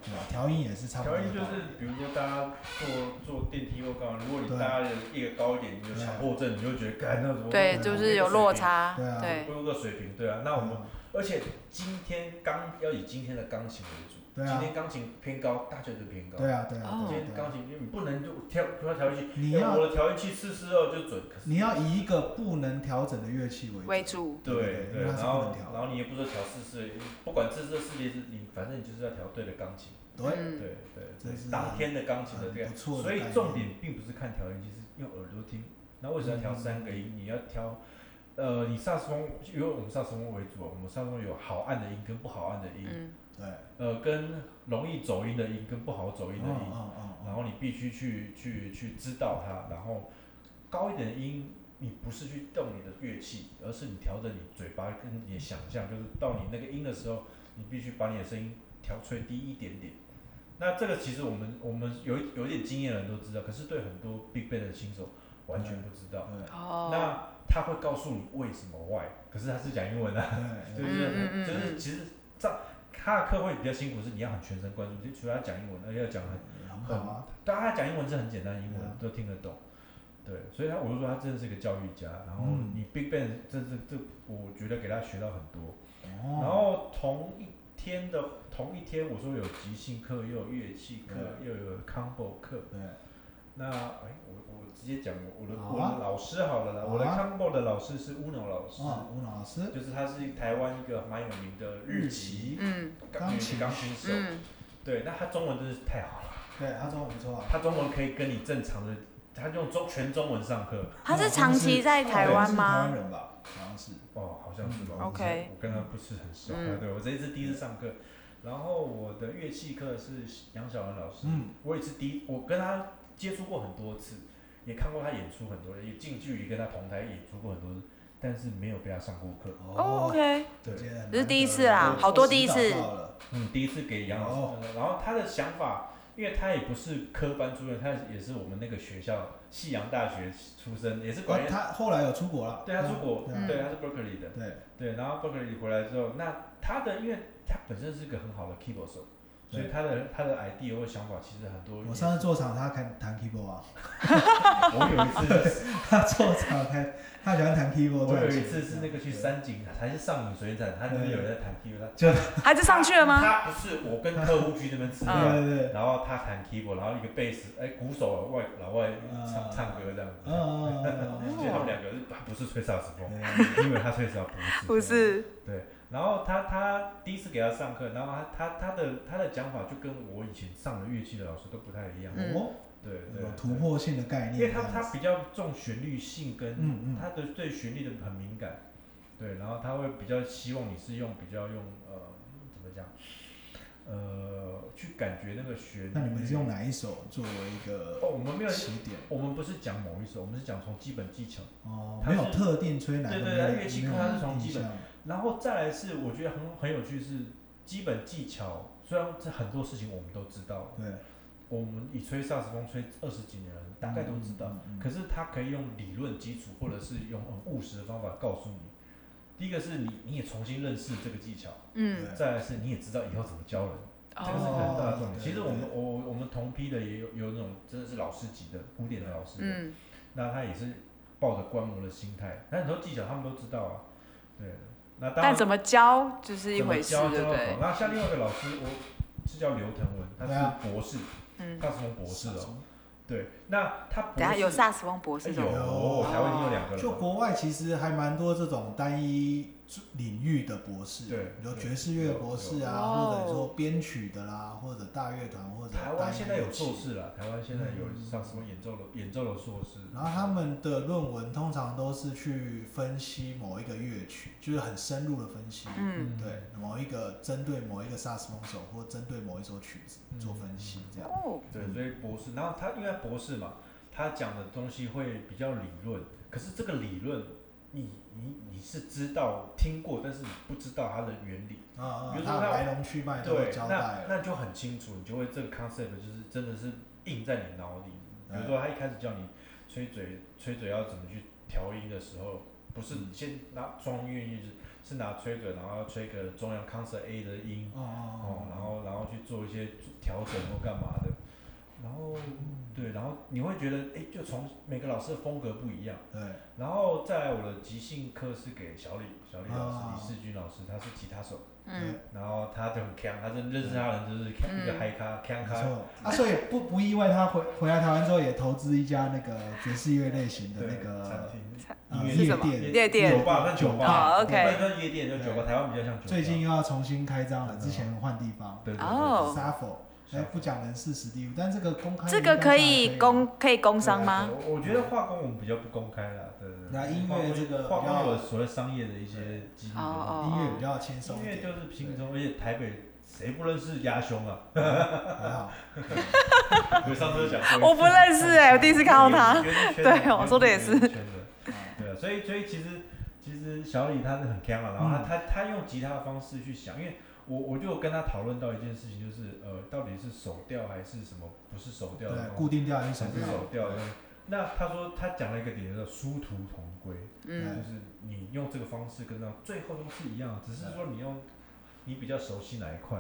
B: 对吧？调音也是差不多
D: 调
B: 的道理。
D: 音就是比如说大家坐坐电梯或干嘛，如果
B: 对
D: 你大家人一个高一点，你有强迫症，你就觉得干那怎么
C: 对，
B: 嗯
C: 就是有落，差
B: 对啊，
C: 对，
D: 不个水平对啊。那我们
B: 嗯
D: 而且今天钢要以今天的钢琴为主，
B: 对啊
D: 今天钢琴偏高，大家就偏高。
B: 对啊，对啊，对啊对
D: 今
C: 哦
B: 啊
D: 天
B: 对啊
D: 钢琴你不能就调突然调音器，
B: 你
D: 哎
B: 要
D: 我的调音器四四二就准，可是
B: 你要以一个不能调整的乐器为
C: 为
B: 主。
C: 主。
D: 对
B: 因为
D: 对，
B: 它
D: 然
B: 是不
D: 后
B: 能调
D: 然后你也不说调四四，不管四四四节是你，反正你就是要调对的钢琴，
B: 对，
D: 对
C: 嗯，
D: 对
B: 这是
D: 对，当天的钢琴的
B: 很
D: 这个
B: 不，错的
D: 所以
B: 概念
D: 重点并不是看调音，其实用耳朵听。那为什么要调三个音？你要调，呃，你萨克斯风，因为我们萨克斯风为主啊，我们萨克斯风有好按的音跟不好按的音，
C: 嗯，
B: 对，
D: 呃，跟容易走音的音跟不好走音的音，
B: 嗯嗯
D: 然后你必须去去去知道它，然后高一点的音，你不是去动你的乐器，而是你调整你嘴巴跟你的想象，就是到你那个音的时候，你必须把你的声音调吹低一点点。那这个其实我们我们有一有一点经验的人都知道，可是对很多 big band 的新手完全不知道。
B: 嗯，
C: 哦，
D: 那他会告诉你为什么 why，可是他是讲英文啊，
B: 对
D: 就
B: 对，
D: 是
C: 嗯嗯
D: 很
C: 嗯
D: 就是
C: 嗯
D: 其实这样他的课会比较辛苦，是你要很全神贯注，就除了他讲英文，而且要讲很
B: 很好啊，
D: 大家讲英文是很简单，英文
B: 对啊
D: 都听得懂。对，所以他我就说他真的是个教育家。然后
B: 嗯
D: 你 Big Bang 这这这，我觉得给他学到很多。然
B: 哦，
D: 后同一天的同一天，我说有即兴课，又有乐器课，
B: 嗯
D: 又有 combo 课。
B: 对，
D: 那哎，我我直接讲我我的、
B: 好
D: 我的
B: 啊
D: 老师好了啦，
B: 好啊
D: 我的 combo 的老师是 Uno 老师，
B: 哦，吴老师，
D: 就是他是台湾一个蛮有名的日籍
C: 嗯
B: 钢
D: 钢
B: 琴
D: 钢琴手。
C: 嗯，
D: 对，那他中文真是太好了，
B: 对他中文不错啊，
D: 他中文可以跟你正常的，他用中全中文上课。
C: 他是长期在台湾
B: 是台
C: 吗？
B: 湾人吧，好像是，
D: 哦，好像是吧。
B: 嗯
D: 我只
C: OK
D: 我跟他不是很熟。
C: 嗯
D: 对，我这一次第一次上课，然后我的乐器课是杨小文老师，
B: 嗯
D: 我也是第一，我跟他接触过很多次，也看过他演出很多，也近距离跟他同台演出过很多次，但是没有被他上过课。
C: 哦，，OK，
B: 对，
C: 这是第一次啊好多第一次
D: 嗯，第一次给杨老师上课，然后他的想法。因为他也不是科班出身，他也是我们那个学校西洋大学出身，也是管
B: 哦
D: 乐。
B: 他后来有出国了，
D: 对，他出国，
B: 对
C: 啊
D: 对，他是 Berkeley 的。
B: 对，
D: 对，然后 Berkeley 回来之后，那他的因为他本身是个很好的 keyboard 手，所以他的他的 idea 或想法其实很多。
B: 我上次做场他弹弹 keyboard 啊，
D: 我有一
B: *laughs*
D: 次是，
B: 他做场他他喜欢弹 keyboard
D: 我有
B: 赚钱。
D: 一次是那个去山景，还是上影水产，他那边有人在弹 keyboard，
C: 孩子上去了吗？嗯
D: 他不是我跟客户去那边吃
B: 对
D: 饭，
B: 对对，
D: 然后他弹 keyboard，然后一个贝斯，哎，鼓手外老外唱唱歌这样
B: 嗯
D: 子。
B: 嗯嗯
D: 所以他们两个是不是吹萨克斯风，
B: 嗯，
D: 因为他吹萨克斯
C: 不是，
D: 然后他他第一次给他上课，然后他他他的他的讲法就跟我以前上的乐器的老师都不太一样，
C: 嗯
B: 哦，
D: 对对
B: 有，突破性的概
D: 对，
B: 念，
D: 因为他他比较重旋律性跟、
B: 嗯嗯
D: 他的对旋律的很敏感，对，然后他会比较希望你是用比较用呃怎么讲，呃去感觉那个旋律。
B: 那你们是用哪一首作为一个
D: 哦，我们没有，
B: 起点？
D: 我们不是讲某一首，我们是讲从基本技巧。
B: 哦，
D: 它
B: 没
D: 是
B: 有特定吹哪个，
D: 对对
B: 没有
D: 它乐器
B: 没有
D: 它是从
B: 定
D: 基本
B: 向
D: 然后再来是，我觉得很很有趣是基本技巧，虽然这很多事情我们都知道，
B: 对，
D: 我们以吹萨克斯风吹二十几年的人大概都知道，
B: 嗯，嗯嗯
D: 可是他可以用理论基础或者是用很务实的方法告诉你。第一个是你你也重新认识这个技巧，
C: 嗯，
B: 对
D: 再来是你也知道以后怎么教人，这个是
B: 哦
D: 很
C: 哦，
D: 大的重点。
B: 对
D: 其实我们
B: 对
D: 我我我们同批的也有有那种真的是老师级的古典的老师的，
C: 嗯，
D: 那他也是抱着观摩的心态，那很多技巧他们都知道啊，对。那当
C: 但
D: 然
C: 怎么教就是一
D: 怎么
C: 回事，
D: 教
C: 对
D: 教
C: 不
D: 好
C: 对？
D: 那像另外一个老师，我是叫刘腾文，他
B: 对啊
D: 是博士，
C: 嗯，
D: 萨克斯风博士哦。对，那他博
C: 等下
D: 士
C: 有萨斯风博士
D: 哎
C: 这
D: 有，
C: 种，
B: 有
D: 台湾已经有两个
B: 就
D: 了嘛。
B: 国外其实还蛮多这种单一领域的博士，
D: 对
B: 比如
D: 对
B: 爵士乐博士啊，
C: 有有
B: 或者说编曲的啦，或者大乐团，或者
D: 台
B: 单
D: 湾
B: 一
D: 现在有
B: 乐器
D: 硕，士了，台湾现在有萨克斯风演奏的演奏的硕
B: 嗯
D: 士。
B: 然后他们的论文通常都是去分析某一个乐曲，就是很深入的分析，
C: 嗯，
D: 嗯
B: 对，某一个针对某一个萨斯风手或针对某一首曲子做分析，这样，
C: 哦，
D: 嗯对，所以博士，然后他因为他博士嘛，他讲的东西会比较理论，可是这个理论。你你你是知道听过，但是你不知道它的原理，
B: 啊啊
D: 比，如说
B: 他的
D: 他
B: 来龙去脉都有
D: 对，
B: 交代
D: 那
B: 了，
D: 那就很清楚，你就会这个 concept 就是真的是印在你脑里。
B: 嗯
D: 比如说他一开始叫你吹嘴，吹嘴要怎么去调音的时候，不是
B: 嗯
D: 先拿装音乐就是是拿吹嘴，然后吹个中央 concert A 的音，
B: 哦
D: 哦，然
B: 哦
D: 后然后去做一些调整或干嘛的，然后对，然后你会觉得哎，就从每个老师的风格不一样。
B: 哦，对，
D: 然后再来我的即兴课是给小李，小李老师，
B: 啊
D: 李世军老师，他是吉他手。
C: 嗯，
D: 然后他就很强，他认认识他的人就是强
B: 嗯
D: 一个嗨咖，强
B: 没
D: 咖，
B: 错，啊，所以不不意外，他回回来台湾之后也投资一家那个爵士乐类型的
D: 对
B: 那
D: 餐
B: 个
D: 厅、
B: 呃
D: 音
C: 乐
B: 夜
C: 什么
B: 店，
C: 夜店
D: 酒吧，那酒吧
C: 哦，OK
D: 那夜店就酒吧，台湾比较像酒吧。
B: 最近又要重新开张了，
D: 嗯
B: 之前换地方
D: 对对
C: 哦
D: 对，
B: ，Sappho，哎，不讲人事实地物，但这个公开
C: 这个可以
B: 公，
C: 工可以工商吗？
D: 对？对对我我觉得化工我们比较不公开啦，对对对。
B: 那音乐这个
D: 化
B: 比较
D: 工有所谓商业的一些机密的问
C: 哦
B: 音乐比较轻
D: 题，
B: 松
D: 音
B: 一
D: 乐就
B: 点，
D: 是轻松，而且台北谁不认识鸭
B: *laughs*
D: 兄啊？
B: 还
C: *laughs*
B: 好，啊
D: 我上次就讲过，
C: 我不认识哎，我第一次看到他。
D: 圆圈的，
C: 对
D: 圆
C: 我说的也是
D: 圆圈的对啊，所以所以其实其实小李他是很强啊，然后
B: 嗯
D: 他、他他用吉他的方式去想，因为我我就跟他讨论到一件事情，就是呃，到底是手调还是什么不是手调
B: 对啊
D: 的东，西，
B: 固定调一首
D: 还是
B: 调，
D: 手调的东西。那他说他讲了一个点叫做殊途同归，就
C: 嗯，
D: 是你用这个方式跟他最后都是一样，只是说你用你比较熟悉哪一块，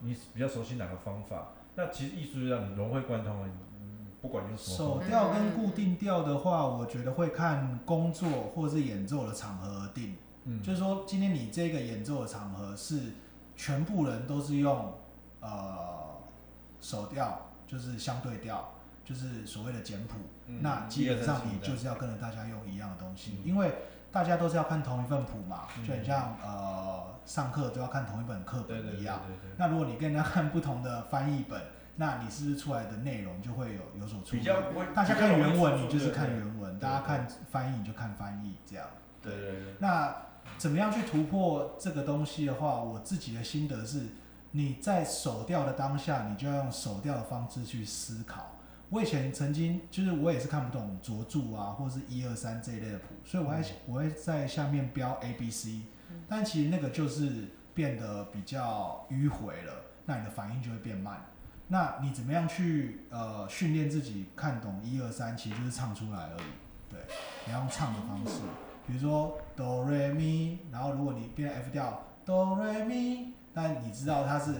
D: 你比较熟悉哪个方法。那其实艺术就让你融会贯通了，你你不管用什么方法
B: 手调跟固定调的话，我觉得会看工作或是演奏的场合而定。
D: 嗯
B: 就是说，今天你这个演奏的场合是全部人都是用呃手调，就是相对调，就是所谓的简谱。
D: 嗯
B: 那基本上你
D: 一二三四五这样
B: 就是要跟着大家用一样的东西，
D: 嗯
B: 因为大家都是要看同一份谱嘛，
D: 嗯
B: 就很像呃上课都要看同一本课
D: 对对
B: 本
D: 对
B: 一样。
D: 对对
B: 那如果你跟人家看不同的翻译本，那你是不是出来的内容就会有有所出
D: 比
B: 入？
D: 较不会，
B: 大家看原文，你就是看
D: 文。
B: 原文；
D: 对
B: 大家看翻译，你就看翻译。这样，
D: 对对对，
B: 那怎么样去突破这个东西的话，我自己的心得是，你在手调的当下，你就要用手调的方式去思考。我以前曾经就是我也是看不懂卓著啊，或是一二三这一类的谱，所以我还我会在下面标 A B C，但其实那个就是变得比较迂回了，那你的反应就会变慢。那你怎么样去呃训练自己看懂一二三，其实就是唱出来而已，对，你要用唱的方式。比如说哆瑞咪，然后如果你变成 F 调哆瑞咪，但你知道它是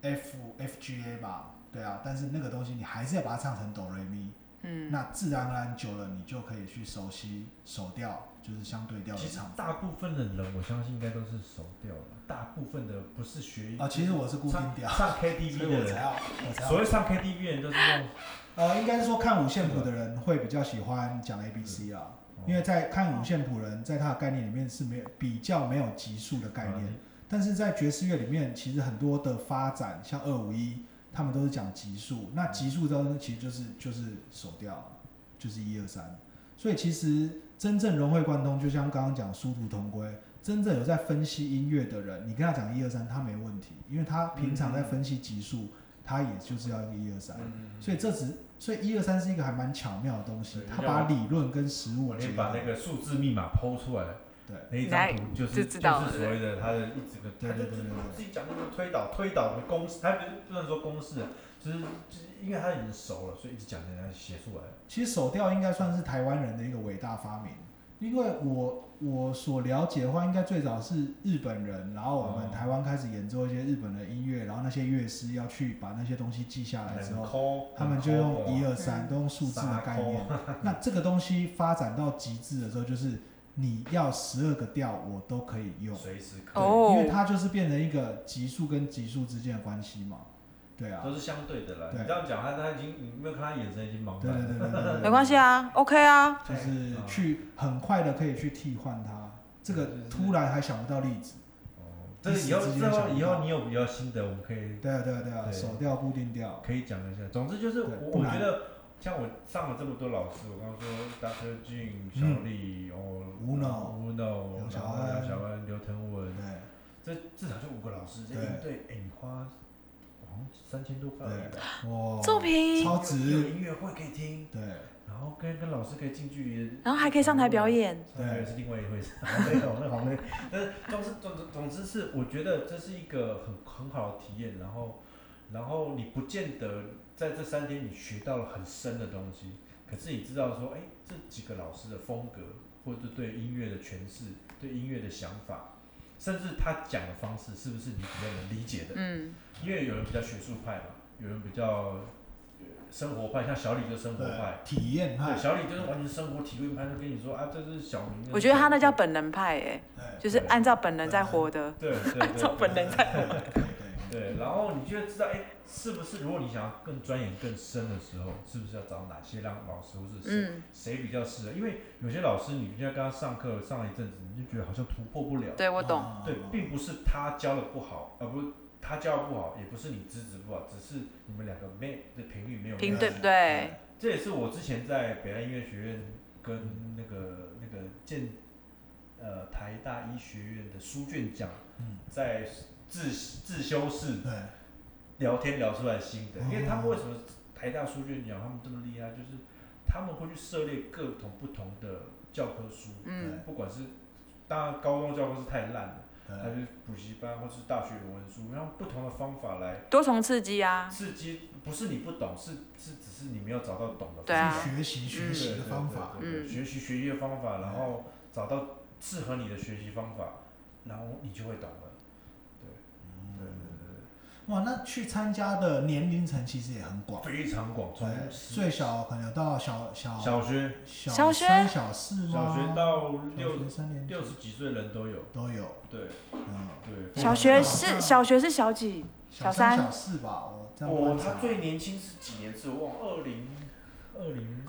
B: F F G A 吧，对啊，但是那个东西你还是要把它唱成哆来咪，
C: 嗯，
B: 那自然而然久了，你就可以去熟悉手调，就是相对调的
D: 其实
B: 唱法。
D: 大部分的人，我相信应该都是熟调的，大部分的不是学
B: 啊，其实我是固定
D: 唱
B: 调，
D: 唱
B: *laughs* 所
D: KTV
B: 以
D: 的
B: 我才
D: 人，
B: 要我才要
D: 所谓唱 KTV 的人都是用
B: 呃，应该是说看五线谱的人会比较喜欢讲 A B C 啦，
D: 嗯
B: 因
D: 哦
B: 为在看五线谱人在他的概念里面是没有比较没有级数的概念，但是在爵士乐里面，其实很多的发展像二五一，他们都是讲级数，那级数当中其实就是就是手调，就是一二三，所以其实真正融会贯通，就像刚刚讲殊途同归。真正有在分析音乐的人，你跟他讲一二三，他没问题，因为他平常在分析级数，他也就是要用一二三。
D: 嗯
B: 所以这只，所以一二三是一个还蛮巧妙的东西
D: 对，
B: 它把
D: 要
B: 理论跟实物
D: 我
B: 结
D: 连把
B: 合
D: 那。个数字密码剖出来，
B: 对，
D: 那一张图就是
C: 就知道了
D: 就是所谓的它的一整个，
B: 对对对对对
D: 自己讲那个推导推导的公式，它不是不能说公式，啊就是就是因为他已经熟了，所以一直讲给他写出来。
B: 其实手调应该算是台湾人的一个伟大发明，因为我我所了解的话，应该最早是日本人，然后我们
D: 哦
B: 台湾开始演奏一些日本的音乐，然后那些乐师要去把那些东西记下来之后，
D: 后
B: 啊他们就用
D: 啊
B: 一二
C: 嗯
B: 三，都用数字的概念。那这个东西发展到极致的时候，就是你要十二个调，我都可以用。
D: 随时可以，
C: 哦
B: 因为它就是变成一个级数跟级数之间的关系嘛。对啊
D: 都，是相对的啦。
B: 对
D: 你这样讲，他他已经你没有看他眼神已经茫
B: 对
D: 然
B: 对
D: 了。哎
B: 对对对对，
C: 没关系啊，OK 啊，
B: 就是去很快的可以去替换它。这个
D: 就是
B: 突然还想不到例子，
D: 哦，这个以后
B: 一时之
D: 之
B: 间
D: 后
B: 想不
D: 以
B: 到
D: 后你有比较新的，我们可以
B: 对啊对啊对啊，
D: 对
B: 手调固定调，
D: 可以讲一下。总之就是
B: 对
D: 我
B: 不
D: 我
B: 然
D: 觉得，像我上了这么多老师，我刚刚说 Dr. Jin、小
B: 嗯
D: 李、哦、
B: Uno
D: Uno、
B: 杨小
D: 然后
B: 安
D: 杨小安、刘腾文
B: 对，
D: 这至少就五个老师，这
B: 对
D: 应对，哎、你花好像三千多块而已吧，哦
B: 哇，
C: 这么便宜，
B: 超
D: 有
B: 值，
D: 音乐会可以听，
B: 对，
D: 然后跟跟老师可以近距离，
C: 然后还可以上台
D: 啊
C: 表。演，
D: 对，是另外一回事，好累哦，那好累。但是总之总之总之是，我觉得这是一个很很好的体验。然后，然后你不见得在这三天你学到了很深的东西，可是你知道说，哎，这几个老师的风格，或者对音乐的诠释，对音乐的想法，甚至他讲的方式，是不是你比较能理解的？
C: 嗯，
D: 因为有人比较学术派嘛，有人比较呃生活派，像小李就生活
B: 对
D: 派，。
B: 体验派
D: 对，，小李就是完全生活体验派，就跟你说啊，这是小明。
C: 我觉得他那叫本能派，哎，
B: 对
C: 就是按照本能在活的，
D: 对
C: *laughs*
D: 对对
C: 按照本能在活，
B: 对对，
D: 对，然后你就会知道，哎，是不是如果你想要更钻研更深的时候，是不是要找哪些让老师或是谁、
C: 嗯，
D: 谁比较适合？因为有些老师你就要跟他上课上一阵子，你就觉得好像突破不了。
C: 对我懂，
B: 啊
D: 对，并不是他教的不好，而不是他教的不好，也不是你资质不好，只是你们两个没的频率没有
C: 频
D: 那
C: 率对不对？
D: 这也是我之前在北岸音乐学院跟那个那个建呃台大医学院的书卷奖
B: 嗯，
D: 在自自修室
B: 对，
D: 聊天聊出来的心得，
B: 哦
D: 因为他们为什么台大书卷奖他们这么厉害，就是他们会去涉猎各种不同的教科书，
C: 嗯，
D: 不管是当然高中教科是太烂了，
B: 对
D: 还是补习班或是大学文书，用不同的方法来
C: 多重刺激啊，
D: 刺激，不是你不懂，是是只是你没有找到懂的方法。
C: 对啊
B: 是学习学习的方法，
D: 对对对对
C: 嗯
D: 学习学习的方法，然后找到适合你的学习方法，然后你就会懂了。对对
B: 哇，那去参加的年龄层其实也很广，
D: 对对，非常广，从
B: 对，
D: 十
B: 哎最小可能有到小小
D: 小学
B: 小
C: 小学
B: 三小四吗？
D: 小学到
B: 小
D: 六
B: 学三年级
D: 六十几岁人都有，
B: 都有，
D: 对
B: 嗯，
D: 对。非常
C: 小学是小学是小几？小
B: 三
C: 三
B: 小四吧，我这样
D: 我
B: 观察
D: 哦他最年轻是几年次？我忘了，二零二零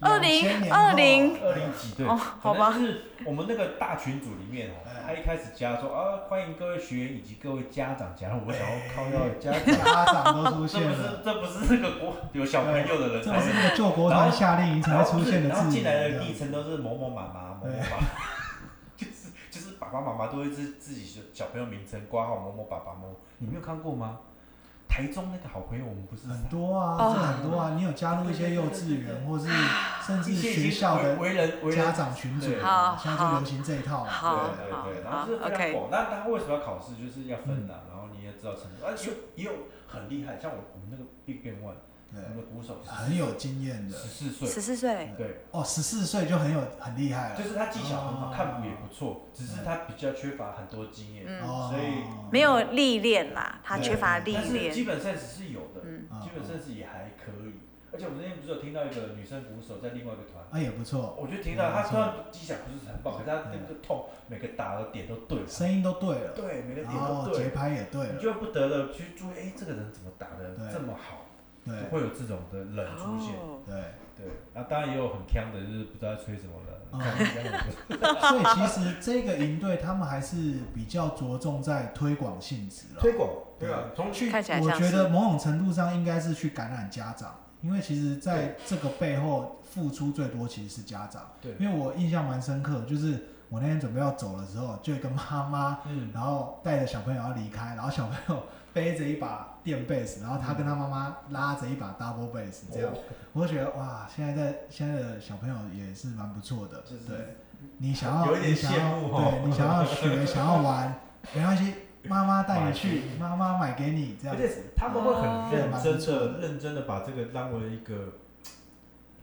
C: 二
B: 2000
C: 零
B: 年
C: 二零
B: 后
D: 二零几对。
C: 哦，好
D: 反正
C: 吧，
D: 就是我们那个大群组里面哦
B: 哎，
D: 他一开始加说啊，欢迎各位学员以及各位家长加入。我想要靠要家长，
B: 家长都出
D: 这
B: 现
D: 不
B: 了
D: 是，这不是那个国有小朋友的人
B: 这不
D: 才
B: 是
D: 是。
B: 那个救国团夏令营才
D: 然
B: 会
D: 后
B: 出现的
D: 然后
B: 字
D: 进
B: 眼
D: 来的
B: 这样
D: 昵称都是某某妈妈、某某
B: 对
D: 爸 *laughs* 爸，就是就是爸爸妈妈都会自自己是小朋友名称挂号某某爸爸某某，你没有看过吗？台中那个好朋友，我们不是
B: 很多啊，
C: 哦
B: 是很多啊，你有加入一些幼稚园或是甚至
D: 一些已
B: 学
D: 经
B: 校的
D: 为为人为人
B: 家长群组，
D: 对
C: 好
B: 现在就流行这一套了，
D: 对
C: 好
D: 对对，然
C: 好
D: 后就是非常
C: OK
D: 广。那他为什么要考试？
B: 嗯
D: 就是要分啊，然后你也知道程度。啊，也有也有很厉害，像我我们那个 Big Bang One，
B: 对
D: 我们的鼓手
B: 很有经验的
D: 十四岁，
C: 十四岁，
D: 对，
B: 哦，十四岁就很有很厉
C: 哎
B: 害了
D: 就，是他技巧很
B: 哦
D: 好，看谱也不错，只是他比较缺乏很多经验，
C: 嗯
B: 哦，
D: 所以
C: 没有历练啦，他
D: 对
C: 缺乏历
D: 但是基
C: 练。
D: 本 sense 是有的，
C: 嗯，
B: 啊
D: 基本 sense 也还可以。而且我们那天不是有听到一个女生鼓手在另外一个团，
B: 啊也不错，
D: 我就听到她
B: 嗯
D: 虽然技巧不是很棒，可是
C: 嗯
D: 她那个痛每个打的点都对，
B: 声音都对了，
D: 对每个
B: 然
D: 点都
B: 后节
D: 对，
B: 拍也对
D: 你
B: 了，
D: 就不得了去注意，哎，这个人怎么打的
B: 对
D: 这么好？
B: 对
D: 就会有这种的人出现。
C: 哦，
B: 对。
D: 对，啊，当然也有很呛的，就是不知道在吹什么的。
B: 哦
D: 看人家
B: *laughs*
D: 很
B: 所以其实这个营队他们还是比较着重在推广性质 *laughs* 了。
D: 推广，对啊，从去
C: 看起来
B: 我
C: 像
B: 觉
C: 是
B: 得某种程度上应该是去感染家长，因为其实在这个背后付出最多其实是家长。 *laughs*
D: 对，
B: 因为我印象蛮深刻，就是我那天准备要走的时候，就有一个妈妈，
D: 嗯，
B: 然后带着小朋友要离开，然后小朋友背着一把电贝斯，然后他跟他妈妈拉着一把 double bass 这样，我就觉得哇，现在在现在的小朋友也是蛮不错的，
D: 就是
B: 对。你想要，
D: 有一点
B: 你想要
D: 羡慕哦
B: 对你想要学，想要玩，没关系，妈妈带你去，妈妈买给你这样
D: 而。且他们会很认真
B: 哦
D: 的、认真的把这个当为一个，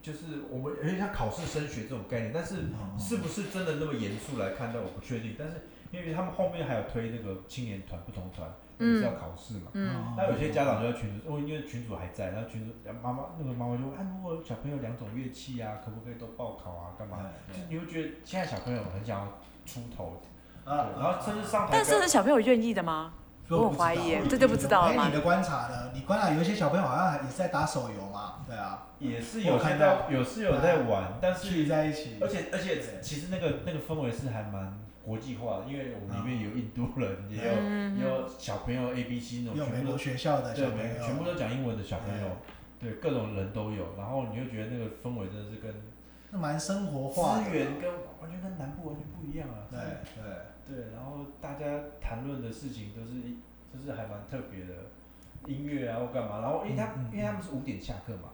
D: 就是我们有点像考试升学这种概念，但是
B: 嗯
D: 是不是真的那么严肃来看待，我不确定。但是因为他们后面还有推那个青年团、不同团，也是要考试嘛。
B: 哦
C: 嗯，
D: 那有些家长就在群主，哦，因为群主还在，然后群主啊妈妈那个妈妈就问，啊，如果小朋友两种乐器啊，可不可以都报考啊，干嘛？
B: 嗯
D: 就是你会觉得现在小朋友很想要出头，
B: 啊
D: 对，然后甚至上台表
C: 但
D: 演，
C: 是小朋友愿意的吗？我很怀疑耶，这就不知道了
B: 哎，
C: 嘛
B: 你。的观察呢？你观察有一些小朋友好像还也是在打手游嘛，对啊，
D: 也是
B: 我
D: 有
B: 看
D: 现
B: 到
D: 在有是有在玩，但是
B: 聚在一起
D: 而。且而且其实那个那个氛围是还蛮国际化的，因为我们里面有印度人，也有、
C: 嗯
D: 也有小朋友 A B C 那
B: 有
D: 种，
B: 美
D: 全部
B: 国
D: 都
B: 学校的
D: 对
B: 小朋
D: 美
B: 友，
D: 全部都讲英文的小朋
B: 哎
D: 友，对各种人都有，然后你就觉得那个氛围真的是跟
B: 那蛮生活化的。
D: 资源跟完全跟南部完全不一样啊，
B: 对对，
D: 对，然后大家谈论的事情都是一就是还蛮特别的。音乐啊，或干嘛？然后因为他、
B: 嗯嗯
D: 因为他们是五点下课嘛，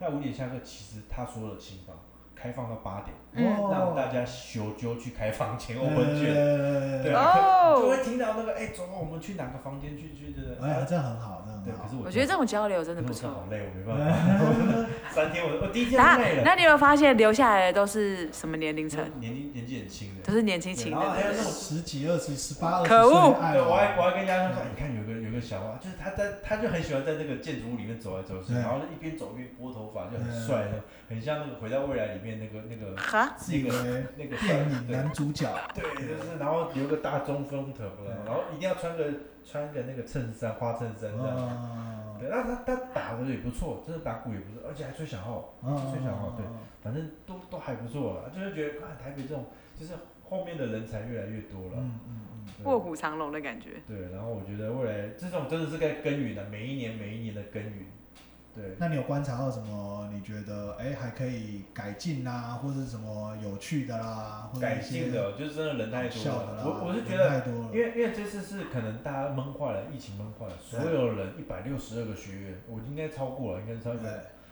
D: 那五点下课其实他所有的琴房开放到八点，
B: 对，
C: 嗯
B: 哦
D: 让大家修就去开房间，我们去，
B: 对
D: 对
C: 哦
D: 就会听到那个哎，走，我们去哪个房间去去的，
B: 哎，这样很好，这样
D: 对，
B: 很
D: 可
B: 好
D: 是。
C: 我觉得这种交流真的不
D: 可是我
C: 错
D: 好。累，我没办法， *laughs* 三天我我第一天
C: 那
D: 就累了，
C: 那你有没有发现留下来的都是什么年龄层？
D: 年纪年纪很轻的
C: 都，是年轻
D: 对
C: 轻
D: 然后还有
C: 的。
D: 那种。
B: 十几、二十、十八、二十
C: 可恶
B: 岁的爱
D: 对，我
B: 哦，
D: 还我还跟人家说，你看有个有个小花，就是他在他就很喜欢在那个建筑物里面走来走去，
B: 对
D: 然后就一边走一边拨头发，就
B: 嗯
D: 很帅，很像那个《回到未来》里面那个那个
C: 哈，
B: 自以为
D: 那个
B: 电影
D: 对
B: 男主角，
D: 对，就是然后留个大中分头
B: 对，
D: 然后一定要穿个穿个那个衬衫，花衬衫这样。
B: 哦
D: 对，那他他打的也不错，真的打鼓也不错，而且还吹小号，
B: 哦
D: 吹小号，对，
B: 嗯
D: 反正都都还不错了，就是觉得啊，台北这种就是后面的人才越来越多了。
B: 嗯嗯嗯，
D: 对
C: 卧虎藏龙的感觉。
D: 对，然后我觉得未来这种真的是该耕耘的，每一年每一年的耕耘。对，
B: 那你有观察到什么？你觉得哎还可以改进啦，或者什么有趣的啦，或者
D: 改
B: 一些
D: 进的就是真的人太多
B: 笑的
D: 了
B: 啦，，
D: 我我是觉
B: 人
D: 得
B: 太多了，
D: 因为因为这次是可能大家闷坏了，疫情闷坏了，所有人一百六十二个学员，我应该超过了，应该超过了。
B: 对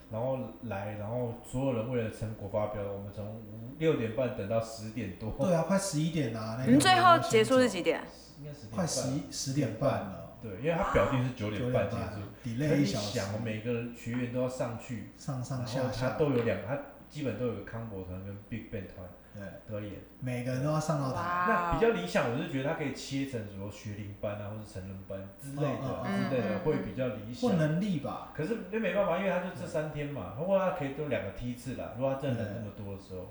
D: 然后来，然后所有人为了成果发表，我们从六点半等到十点多，
B: 对啊，快十一点啦，那
C: 你
B: 个
C: 嗯最后结束是？几点？
D: 应该十点半
B: 快十一十点半了，
D: 对，因为他表定是
B: 九
D: 九点
B: 点
D: 半结
B: 半
D: 束，可
B: ，delay
D: 是
B: 一
D: 你
B: 小时，
D: 想，每个学员都要上去，
B: 上
D: 然
B: 上
D: 后
B: 下
D: 他
B: 下，
D: 都有两，他基本都有个 combo 团跟 big band 团
B: 对，
D: 都要演。
B: 每个人都要上到台，
D: 那
C: 哇哦
D: 比，较理想，我是觉得它可以切成什么学龄班啊，或是成人班之类
B: 嗯
D: 的、
C: 嗯
D: 之类的
C: 嗯，
D: 会比较理
B: 或
D: 想。
B: 能力吧，
D: 可是那没办法，因为它就这三天嘛。
B: 嗯
D: 如果它可以都两个梯次啦，如果它真的人
B: 对
D: 这么多的时候，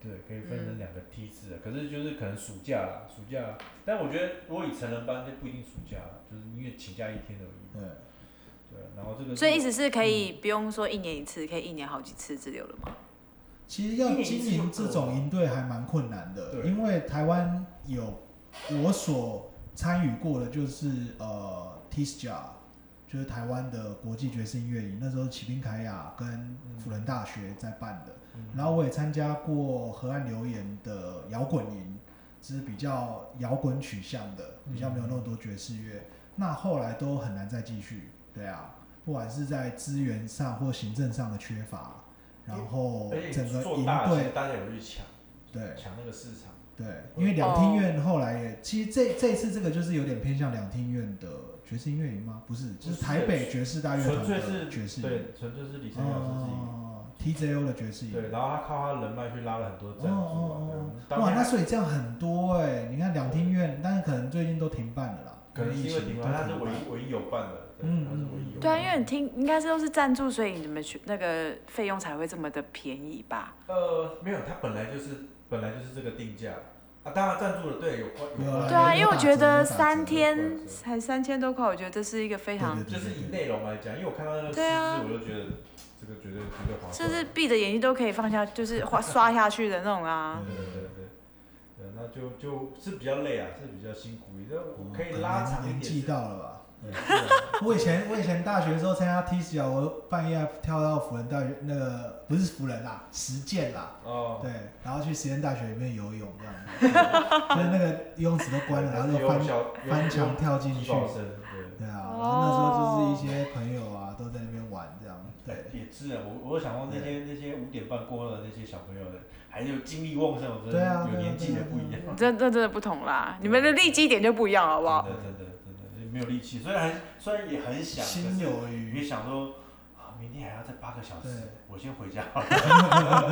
B: 对，
D: 对，可以分成两个梯次啊的。可是就是可能暑假啦，暑假，但我觉得如果以成人班就不一定暑假了，就是因为请假一天而已。
B: 对，
D: 对，啊然后这个
C: 所以意
D: 是
C: 思是可以
B: 嗯
C: 不用说一年一次，可以一年好几次之流了吗？
B: 其实要经营这种营队还蛮困难的，
D: 对
B: 因为台湾有我所参与过的就是呃 TISJA，就是台湾的国际爵士音乐营，那时候启宾凯雅跟辅仁大学在办的，
D: 嗯
B: 然后我也参加过河岸留言的摇滚营，只是比较摇滚取向的，
D: 嗯
B: 比较没有那么多爵士乐，那后来都很难再继续，对啊，不管是在资源上或行政上的缺乏。然后
D: 而且
B: 整个
D: 做
B: 营
D: 大，其哦
B: 队
D: 实大家有去抢，
B: 对
D: 抢那个市场。
B: 对，因为两厅院后来也，其实这这一次这个就是有点偏向两厅院的爵士音乐营吗？不是，就是
D: 不是
B: 台北爵士大乐
D: 纯
B: 团
D: 粹
B: 的
D: 是
B: 爵士音
D: 对，纯粹是李晨老师自己、
B: 哦 TJO 的爵士音
D: 对，然后他靠他人脉去拉了很多赞助啊。这样
B: 哦，哇，
D: 当
B: 那
D: 然
B: 所以这样很多哎、你看两厅院，但是可能最近都停办了啦，
D: 可能是因为
B: 疫情
D: 顶
B: 都
D: 端他是
B: 停
D: 唯
B: 办
D: 一唯一有办的，对
B: 嗯
D: 他是唯一有办的。
C: 对啊，因为你听应该是都是赞助，所以你们去那个费用才会这么的便宜吧？
D: 呃没有，他本来就是本来就是这个定价啊，当然赞助了，对，有关有
B: 有
D: 关
B: 啊
C: 对啊，
B: 有
C: 因为我
B: 打折
C: 觉得
B: 有打折
C: 三
D: 有
C: 天
D: 打折
C: 才三千多块，我觉得这是一个非常
B: 对
D: 就是以内容来讲，因为我看到那个数
C: 对啊
D: 字，我就觉得这个绝对绝对划算。
C: 甚至闭着眼睛都可以放下，就是花刷下去的那种啊。
D: 对对对对，对，那就就是比较累啊，是比较辛苦一点，
B: 哦
D: 我可以
B: 可能
D: 拉长一
B: 年纪
D: 点。
B: 到了吧。
D: 对是啊
B: 我以前我以前大学的时候参加 T 十角，我半夜跳到辅仁大学那个不是辅仁啦，实践啦，
D: 哦，
B: 对，然后去实验大学里面游泳这样子， *laughs* 就是那个游泳池都关了，然后就翻翻墙跳进去，
D: 保生，对。
B: 对啊，
C: 哦
B: 然后那时候就是一些朋友啊都在那边玩这样，对，
D: 也是啊，我我想到那些那些五点半过后的那些小朋友的，还有精力旺盛，我真
B: 对啊
D: 的有
B: 对啊
D: 年纪
B: 对啊
D: 的不一
B: 对
D: 样
B: 啊，
C: 这这真的不同啦，你们的利基点就不一样了，好不好？
D: 真的真的真的没有力气，虽然还虽然也很想，
B: 心
D: 可是
B: 有
D: 你也
B: 余，
D: 想说啊，明天还要再八个小时
B: 对，
D: 我先回家好了。 *laughs*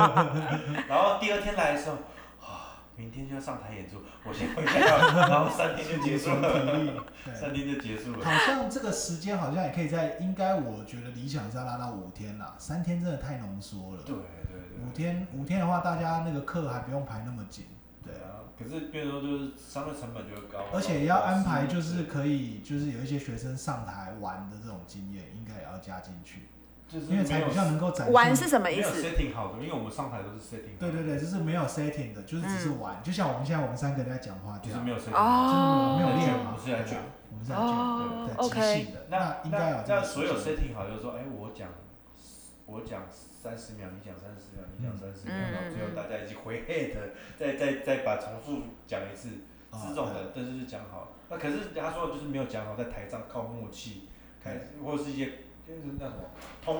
D: 然后第二天来的时候，啊，明天就要上台演出，我先回家好了。 *laughs* 然后三天就结束
B: 体
D: 了，
B: 力，对。
D: 三天就结束了。
B: 好像这个时间好像也可以在，应该我觉得理想是要拉到五天啦，三天真的太浓缩了。
D: 对对
B: 五
D: 对。
B: 天五天的话，大家那个课还不用排那么紧，对
D: 对。啊，可是变成说就是商业成本就会高，
B: 而且也要安排，就是可以，就是有一些学生上台玩的这种经验，应该也要加进去，
D: 就是
B: 因为
D: 没
B: 才
D: 有
B: 比较能够展现。
C: 玩是什么
D: 没
C: 意
D: 有
C: 思？
D: setting 好的，因为我们上台都是 setting 好
B: 对
D: 的
B: 对，对，就是没有 setting 的，就是只是玩，就像我们现在我们三个人在讲话这
D: 就是
B: 样，
D: 没有 setting 好。
B: 就是我
C: 嗯哦
B: 们，没有练嘛，
D: 我是来
B: 对
D: 卷
B: 啊我们是来卷，
C: 哦
B: 对，即
C: ，OK，
B: 兴的，
D: 那
B: 应该有
D: 那
B: 这个
D: 那
B: 哦
D: 所有
B: 事情
D: setting 好，就是说，哎，我讲我讲三十秒，你讲三十秒，你讲三十秒，
C: 嗯
D: 然后最
C: 嗯
D: 后大家一起回 head，再 *laughs* 再再把重复讲一次，
B: 啊
D: 是这种的，但是就讲好。那可是他说的就是没有讲好，在台上靠默契，开或是一些就是那什么通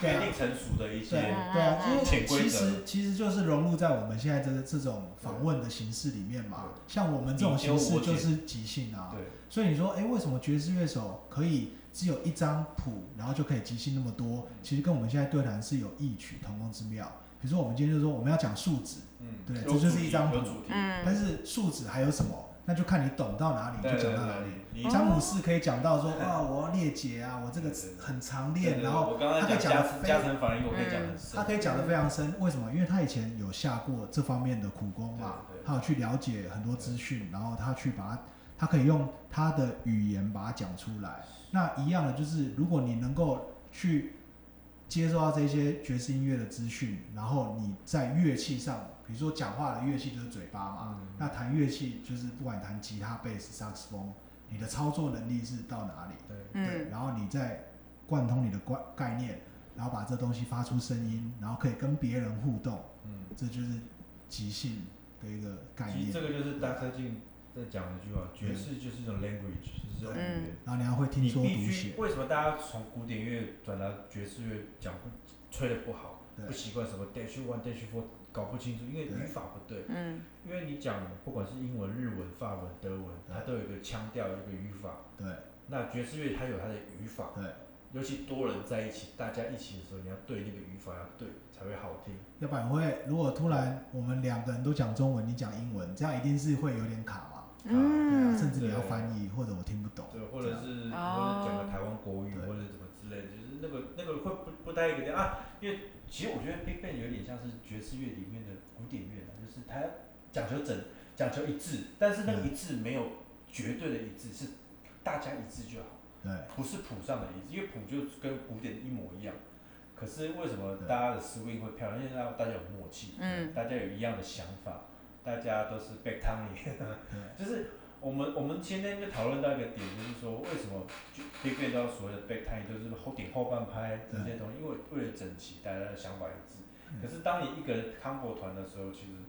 B: 对
D: 约
B: 啊
D: 定成熟的一
B: 对
D: 些，
B: 啊对啊，因为
D: 潜规
B: 其
D: 则
B: 实其实就是融入在我们现在这个这种访问的形式里面嘛
D: 对。
B: 像我们这种
D: 你丢
B: 形式
D: 我
B: 就
D: 捡
B: 是即兴啊，
D: 对
B: 所以你说，哎，为什么爵士乐手可以只有一张谱，然后就可以即兴那么多？
D: 嗯
B: 其实跟我们现在对谈是有异曲同工之妙。比如说，我们今天就说我们要讲数值，
D: 嗯，
B: 对
D: 有
B: 这就是
D: 主
B: 一
D: 题
B: 张
D: 有
B: 图
D: 主题，
B: 但
C: 嗯，
B: 是数值还有什么？那就看你懂到哪里
D: 对
B: 就
D: 对
B: 讲
D: 对
B: 到哪里。，
D: 你
C: 哦
B: 詹姆斯可以讲到说，哇，我要裂解啊，我这个
D: 对对对
B: 很常
D: 对对
B: 练，
D: 对
B: 然后
D: 我刚刚
B: 他可以
D: 讲加
B: 讲得非
D: 加成反应，我可以
C: 嗯
D: 讲很深，
B: 他可以讲得非常深，为什么？因为他以前有下过这方面的苦功嘛
D: 对对，
B: 他有去了解很多资讯，然后他去把它，他可以用他的语言把它讲出来。那一样的就是，如果你能够去接受到这些爵士音乐的资讯，然后你在乐器上，比如说讲话的乐器就是嘴巴嘛，
D: 嗯
B: 那弹乐器就是不管弹吉他、贝斯、萨克斯风，你的操作能力是到哪里？
D: 对
B: 对，
C: 嗯，
B: 然后你再贯通你的观概念，然后把这东西发出声音，然后可以跟别人互动，
D: 嗯。
B: 这就是即兴的一个概念
D: 其实
B: 嗯
D: 这。个就是大科进在讲的一句话，爵士就是一种 language，就是一种语言。
B: 然后你要会听
D: 你
B: 说
D: 必
B: 读
D: 须
B: 写，
D: 为什么大家从古典乐转到爵士乐讲不吹的不好，
B: 对
D: 不习惯什么 dash one dash four 搞不清楚，因为
B: 对啊
D: 语法不对。
C: 嗯，
D: 因为你讲不管是英文、日文、法文、德文，
B: 对
D: 它都有一个腔调，有一个语法。
B: 对
D: 那爵士乐它有它的语法，
B: 对，
D: 尤其多人在一起，大家一起的时候，你要对那个语法要对才会好听。
B: 要不然会如果突然我们两个人都讲中文，你讲英文，这样一定是会有点卡嘛，对啊，
C: 嗯
B: 甚至你要翻译或者我听不懂，
D: 对，或者是
C: 哦
D: 或者讲个台湾国语
B: 对
D: 或者怎么之类的，就是那个那个会不不带一个点啊，因为其实我觉得 Big Bang 有点像是爵士乐里面的古典乐啦，就是它讲求整讲求一致，但是那个一致没有绝对的一致，是大家一致就好，
B: 对
D: 不是谱上的一致，因为谱就跟古典一模一样。可是为什么
B: 对
D: 大家的思维会漂亮？因为大家大家有默契，
C: 嗯
D: 大家有一样的想法，大家都是被汤里， *laughs* 就是我们我们今天就讨论到一个点，就是说为什么就被变到所谓的 back time，就是后顶后半拍这些东西，因为为了整齐，大家的想法一致。
B: 嗯
D: 可是当你一个人 combo 团的时候，其实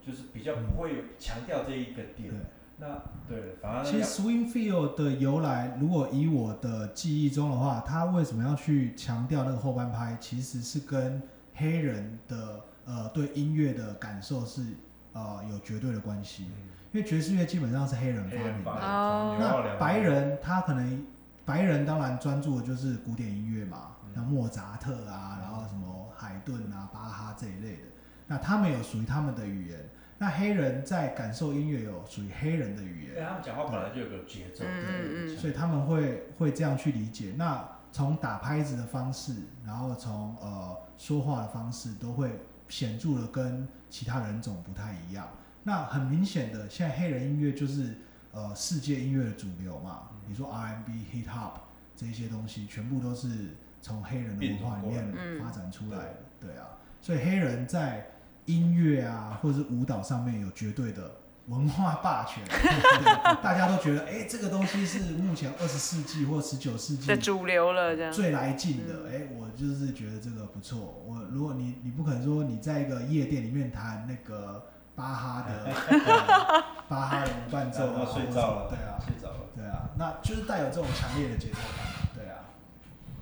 D: 就是比较不会有强调这一个
B: 对
D: 点。。那对，反而
B: 其实
D: 要
B: swing feel 的由来，如果以我的记忆中的话，他为什么要去强调那个后半拍，其实是跟黑人的呃对音乐的感受是呃有绝对的关系，
D: 嗯
B: 因为爵士乐基本上是黑人
D: 黑
B: 发
D: 人
B: 明
D: 发
B: 的，
D: 明
C: 哦
D: 从牛二
B: 那
D: 两
B: 白人他可能白人当然专注的就是古典音乐嘛，
D: 嗯
B: 像莫扎特啊，然后什么海顿啊、巴哈这一类的。那他们有属于他们的语言，那黑人在感受音乐有属于黑人的语
D: 因为
B: 言，
D: 他们讲话本来就有个节奏，
C: 嗯嗯嗯
B: 所以他们会会这样去理解。那从打拍子的方式，然后从呃说话的方式，都会显著的跟其他人种不太一样。那很明显的，现在黑人音乐就是呃世界音乐的主流嘛。
C: 嗯
B: 你说 R&B、Hip Hop 这一些东西，全部都是从黑人的文化里面
C: 变种过来的
B: 发展出来的，对啊。所以黑人在音乐啊，或者是舞蹈上面有绝对的文化霸权，对大家都觉得，哎、这个东西是目前二十世纪或十九世纪
C: 的主流了这样。
B: 最来劲的，哎、我就是觉得这个不错。我如果你你不可能说你在一个夜店里面弹那个巴哈的、呃巴哈的无伴奏
D: 然
B: 啊，
D: 后睡着了，
B: 或者什么对啊，
D: 睡着了。
B: 对啊，那就是带有这种强烈的节奏感，对啊，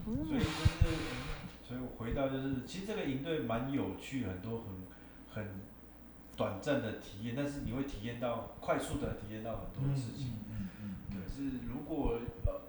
D: 所以就是，所以我回到就是，其实这个营队蛮有趣，很多很很短暂的体验，但是你会体验到快速的体验到很多事情。
B: 嗯嗯
D: 可
B: 嗯
D: 是如果呃，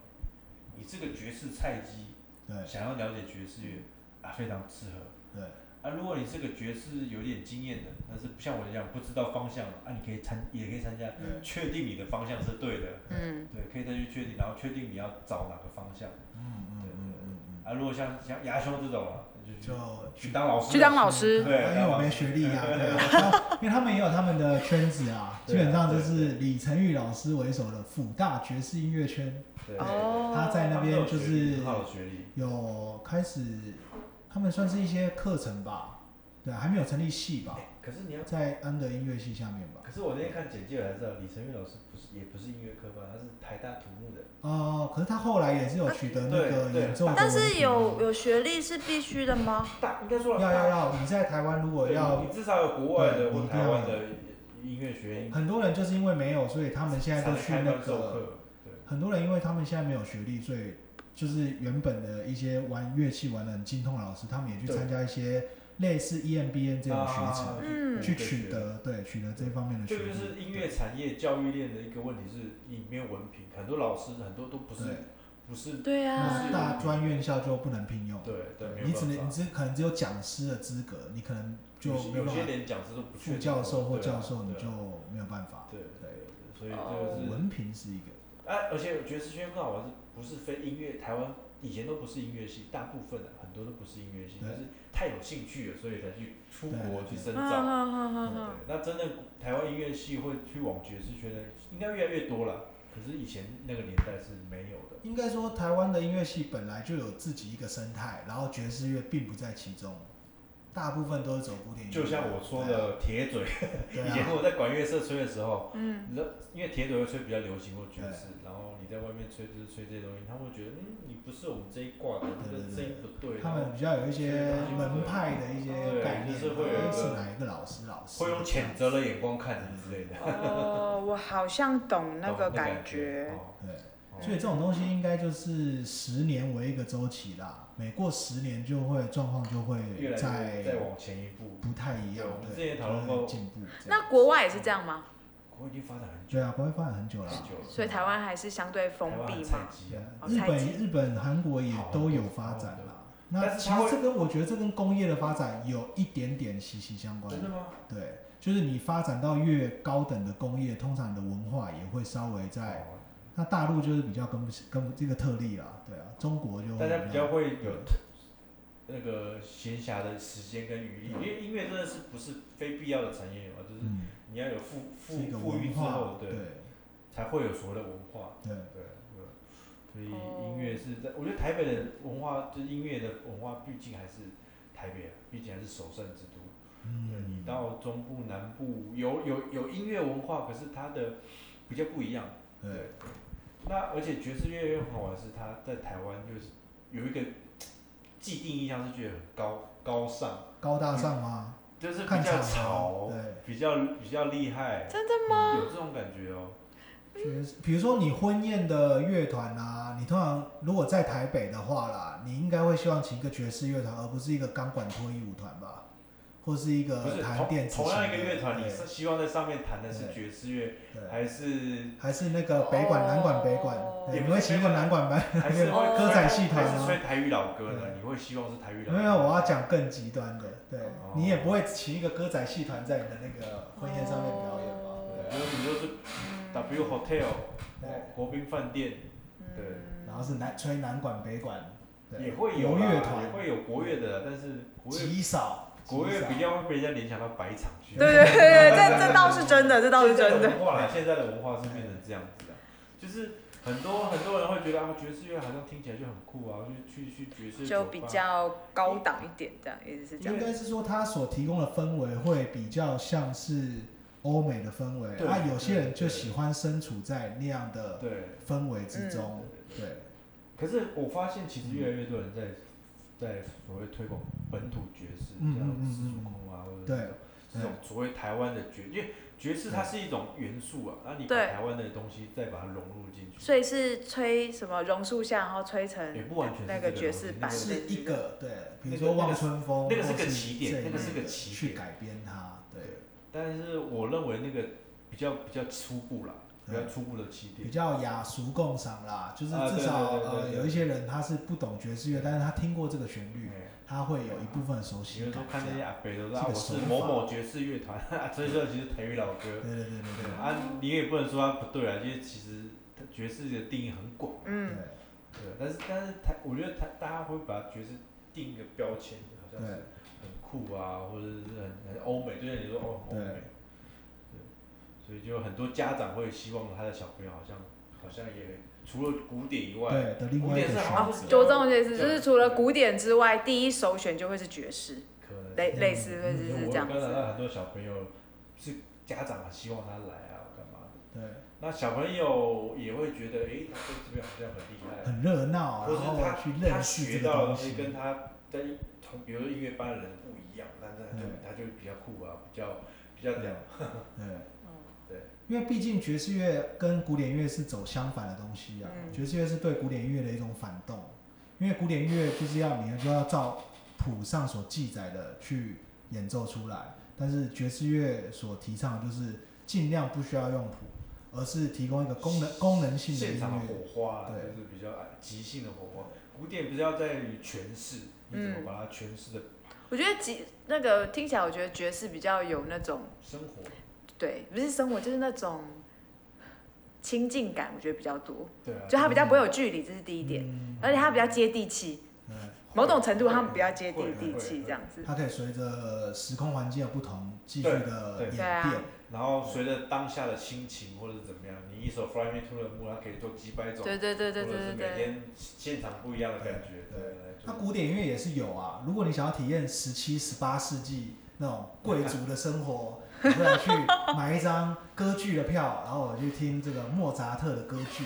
D: 你这个爵士菜鸡
B: 嗯，对
D: 想要了解爵士乐啊，非常适合。
B: 对，
D: 啊，如果你是个爵士有点经验的，但是不像我一样不知道方向的，啊，你可以参也可以参加，
C: 嗯
D: 确定你的方向是对的，
C: 嗯
D: 对，可以再去确定，然后确定你要找哪个方向。
B: 嗯嗯嗯嗯嗯，
D: 啊，如果像像牙兄这种啊，就去
B: 就
D: 去当老师，
C: 去当老师
D: 嗯对
B: 因为我没学历
D: *laughs*
B: 啊，对啊，因为他们也有他们的圈子啊，基
D: 对啊
B: 本上就
D: 对
B: 是
D: 对
B: 李成宇老师为首的辅大爵士音乐圈，
D: 对，
C: 哦，
B: 他在那边就是
D: 很好的学历，
B: 有开始，他们算是一些课程吧，对啊，还没有成立系吧
D: 哎，可是你要，
B: 在安德音乐系下面吧。
D: 可是我那天看简介我才知道，李成玉老师不是也不是音乐科班，他是台大土木的，
B: 哦、可是他后来也是有取得那个
D: 对对
B: 演奏的文凭，
C: 但是有有学历是必须的吗？
D: 大应该
B: 要
D: 说大
B: 要要，你在台湾如果
D: 对
B: 要
D: 你，至少有国外
B: 对
D: 的
B: 你
D: 或
B: 一定要
D: 台湾的音乐学院，
B: 很多人就是因为没有，所以他们现在都
D: 才
B: 去
D: 开
B: 那
D: 班授
B: 个，
D: 课，对，
B: 很多人因为他们现在没有学历，所以就是原本的一些玩乐器玩的很精通的老师，他们也去
D: 对
B: 参加一些类似 E EMBN 这种学程，
D: 啊
C: 嗯
B: 去取。得对取得这方面的学
D: 这
B: 历。
D: 个就是音乐产业教育链的一个问题，是你没有文凭，很多老师很多都不是
B: 对
D: 不是
C: 对
B: 那
C: 啊，
B: 大专院校就不能聘用，
D: 对对，没有
B: 你只
D: 办
B: 能
D: 法
B: 你只可能只有讲师的资格，你可能就
D: 有
B: 没
D: 些
B: 有
D: 有
B: 办
D: 些
B: 法
D: 连讲师都不确
B: 副
D: 定
B: 教授或
D: 对啊
B: 教授，你
D: 对
B: 就
D: 啊
B: 没有办法。
D: 对
B: 对，
D: 对，所以这个是
B: 文凭是一个，
D: 哎，而且爵士圈更好玩，是不是非音乐？台湾以前都不是音乐系，大部分啊很多都不是音乐系，
B: 对
D: 但是太有兴趣了，所以才去出国
B: 对
D: 去深
C: 嗯
D: 造。
C: 嗯嗯
D: 对
C: 嗯嗯，
D: 那真的台湾音乐系会去往爵士圈的，应该越来越多了。可是以前那个年代是没有的。
B: 应该说台湾的音乐系本来就有自己一个生态，然后爵士乐并不在其中，大部分都是走古典音乐。
D: 就像我说的铁嘴，
B: 嗯对
D: 以
B: 啊，对
D: 前
B: 啊，
D: 我在管乐社吹的时候，
C: 嗯，
D: 你知道，因为铁腿会吹比较流行或爵士，然后你在外面吹就是吹这些东西，他们会觉得嗯，你不是我们这一挂的，你
B: 对
D: 的
B: 对
D: 声音不对，
B: 他们比较有一些门派的一些
D: 对
B: 概念，啊哎
D: 就是会有一个
B: 是哪一个老师老师
D: 会用谴责的眼光看你之类
B: 嗯
D: 的，
C: 哦，我好像懂那个
D: 懂
C: 感
D: 觉
C: 觉，。
D: 哦
B: 对。
D: 哦
B: 所以这种东西应该就是十年为一个周期啦，每过十年就会状况就会
D: 越来
B: 在
D: 越再往前一步，
B: 不太一样
D: 对我，们之
B: 对，
D: 前讨论过
B: 就会进步这样。
C: 那国外也是这样吗？
D: 国已经发展很久
B: 对啊，国外发展很久了
D: 很，久了，
C: 所以台湾还是相对封
D: 台湾
C: 闭
D: 很菜
C: 嘛？
D: 鸡
B: 对啊
D: 啊，
C: 好
B: 日
C: 菜
B: 本、
C: 鸡
B: 日本、韩国也都有发展啦。那
D: 但
B: 其
D: 是
B: 实
D: 它会
B: 这跟我觉得这跟工业的发展有一点点息息相关
D: 真。的吗？
B: 对，就是你发展到越高等的工业，通常你的文化也会稍微在。
D: 哦
B: 那大陆就是比较跟不跟不这个特例啦，对啊，中国就
D: 大家比较
B: 哦
D: 会有特那个闲暇的时间跟余力，因为音乐真的是不是非必要的产业嘛，就是
B: 嗯，
D: 你要有富
B: 是
D: 富
B: 一个
D: 富裕
B: 文
D: 之
B: 化
D: 后，，
B: 对
D: 对，才会有所谓的文化，
B: 对。
D: 对啊对。所以音乐是在，我觉得台北的文化，就是音乐的文化，毕竟还是台北啊，毕竟还是首善之都。对你
B: 嗯，
D: 到中部、南部有有有音乐文化，可是它的比较不一样。
B: 对，
D: 那而且爵士乐很好玩，是它在台湾就是有一个既定印象是觉得很高高尚，
B: 高大上吗？
D: 就是嗯比
B: 看
D: 较
B: 场啊
D: 吵
B: 合，
D: 比较比较厉害，
C: 真的吗？
D: 有这种感觉哦。
B: 对，爵士比如说你婚宴的乐团啊，你通常如果在台北的话啦，你应该会希望请一个爵士乐团，而不是一个钢管脱衣舞团吧？或是一
D: 不
B: 个
D: 是
B: 弹电
D: 同
B: 子
D: 同样一
B: 琴
D: 个
B: 的
D: 乐团，你
B: 对
D: 是希望在上面弹的是
B: 对
D: 爵士乐，
B: 对，
D: 还 *laughs* 是
B: 还是那个北管、南管、北管
C: 哦，
B: 对
D: 也
B: 你
D: 不
B: 会
D: 是
B: 习惯南管班，
D: 还是会
C: 歌仔
B: 戏团
D: 还是
B: 啊
D: 吹台语老歌呢？
B: 对
D: 你会希望是台语老歌？
B: 没有，我要讲更极端的，对
D: 哦
B: 你也不会请一个歌仔戏团在你的那个婚宴上面表演吧？
D: 对，
B: 对
D: 比如你说是
C: 嗯
D: W Hotel，
B: 对
D: 国宾饭店，对，
B: 然
C: 嗯
B: 后是南吹南管、北管，对
D: 也会有
B: 国
D: 啦
B: 乐
D: 也
B: 团，
D: 会有国乐的，但是国乐
B: 极少，
D: 国
B: 极
D: 乐
B: 少
D: 比较会被人家联想到白场去。
C: 对对对对，这这倒是真的，这倒是真
D: 现在
C: 的
D: 的。文化啦，现在的文化是变成这样子的，就是很多很多人会觉得啊，爵士乐好像听起来就很酷啊，就去去爵士
C: 就
D: 酒吧
C: 比较高档一点，这样一直是这
B: 应
C: 样。
B: 该是说它所提供的氛围会比较像是欧美的氛围，
D: 对
B: 啊，有些人
D: 对
B: 就
D: 对
B: 喜欢身处在那样的
D: 对。
B: 氛围之中，
D: 嗯
B: 对，
D: 可是我发现，其实越来越多人在在所谓推广本土爵士，
B: 嗯
D: 像
B: 嗯嗯
D: 四
B: 嗯
D: 主空啊，或者
B: 对
D: 这种这种所谓台湾的爵，因为爵士它是一种元素啊，那你把
C: 对
D: 台湾的东西再把它融入进去，
C: 所以是吹什么榕树下，然后吹成
D: 也不完全是
C: 那
D: 这个
C: 个
D: 东西
C: 爵士版
D: 那
B: 是
C: 的
B: 一个对，比如
D: 那个
B: 说望春风，
D: 那个是
B: 或
D: 个起点
B: 这一
D: 那
C: 个是
D: 个
B: 类的
D: 起
B: 去
D: 点
B: 改编它，对，
D: 但是我认为那个比较比较初步啦，比较
B: 对
D: 初步的起
B: 嗯比
D: 点。
B: 较雅俗共赏啦，就是
D: 啊
B: 至
D: 对
B: 少
D: 对对对
B: 呃
D: 对
B: 有一些人他是不懂爵士乐，但是他听过这个旋律，
D: 哎
B: 他会有一部分的熟
D: 比
B: 悉
D: 如说
B: 感
D: 看那
B: 这
D: 些
B: 样，
D: 阿北都说
B: 这
D: 啊，
B: 个
D: 我
B: 手
D: 是
B: 法
D: 某某爵士乐团， *laughs* 啊所以说其实台语老歌
B: 对对对对对
D: 啊，你也不能说它不对啊，因为其实它爵士的定义很广。
C: 嗯，
D: 对，但是但是台，我觉得台大家会把爵士定一个标签，好像
B: 对
D: 是很酷啊，或者是很很欧美，就像你说哦，很欧美，对，所以就很多家长会希望他的小朋友好像好像也除了古典以外，
B: 对的另外一个
D: 古典是好
C: 啊
B: 选
D: 像，
B: 择，
C: 就这种意思，就是除了古典之外，第一首选就会是爵士，
D: 可能
C: 类
B: 嗯
C: 类似会
D: 因
C: 是
D: 为
C: 是
D: 我
C: 这样
D: 刚才
C: 子。
D: 到很多小朋友是家长很希望他来啊，干嘛
B: 对，
D: 的？那小朋友也会觉得，诶，他在这边好像很厉害，
B: 很热闹，啊
D: 或
B: 然
D: 是
B: 后
D: 他
B: 去
D: 他
B: 认识
D: 学
B: 这个
D: 到的
B: 东
D: 东西跟
B: 西，
D: 他在一同，比如说音乐班的人不一样，那那就
B: 嗯
D: 他就比较酷啊，比较比较屌，
B: *laughs* 对。
C: 嗯
D: 对，
B: 因为毕竟爵士乐跟古典乐是走相反的东西啊，
C: 嗯
B: 爵士乐是对古典乐的一种反动，因为古典乐就是要你就要照谱上所记载的去演奏出来，但是爵士乐所提倡的就是尽量不需要用谱，而是提供一个功能功能性的音
D: 现场的火
B: 乐，
D: 花啊，
B: 对
D: 就是比较即兴的火花。古典比较在于诠释，你怎么
C: 嗯
D: 把它诠释的
C: 我觉得吉那个听起来，我觉得爵士比较有那种
D: 生活，
C: 对，不是生活，就是那种亲近感，我觉得比较多，
D: 对啊，
C: 就它比较不会有距离，这是第一点，
B: 嗯
C: 而且它比较接地气，
B: 对，
C: 某种程度
D: 会
C: 它们比较接地
D: 会
C: 地
D: 会
C: 气
D: 会
C: 这样子。
B: 它可以随着时空环境的不同继续的
D: 对
B: 演
D: 对
C: 对啊
B: 变，
D: 然后随着当下的心情或者怎么样，你一首《Fly Me to the Moon》，它可以做几百种，
C: 对对对对
D: 或
C: 对
D: 者是
C: 对
D: 每
C: 对，
D: 天现场不一样的感觉，
B: 对
D: 对
B: 对
D: 对
B: 那
D: 对。
B: 古典乐也是有啊，如果你想要体验十七、十八世纪那种贵族的生活，你会来去买一张歌剧的票，然后我去听这个莫扎特的歌剧，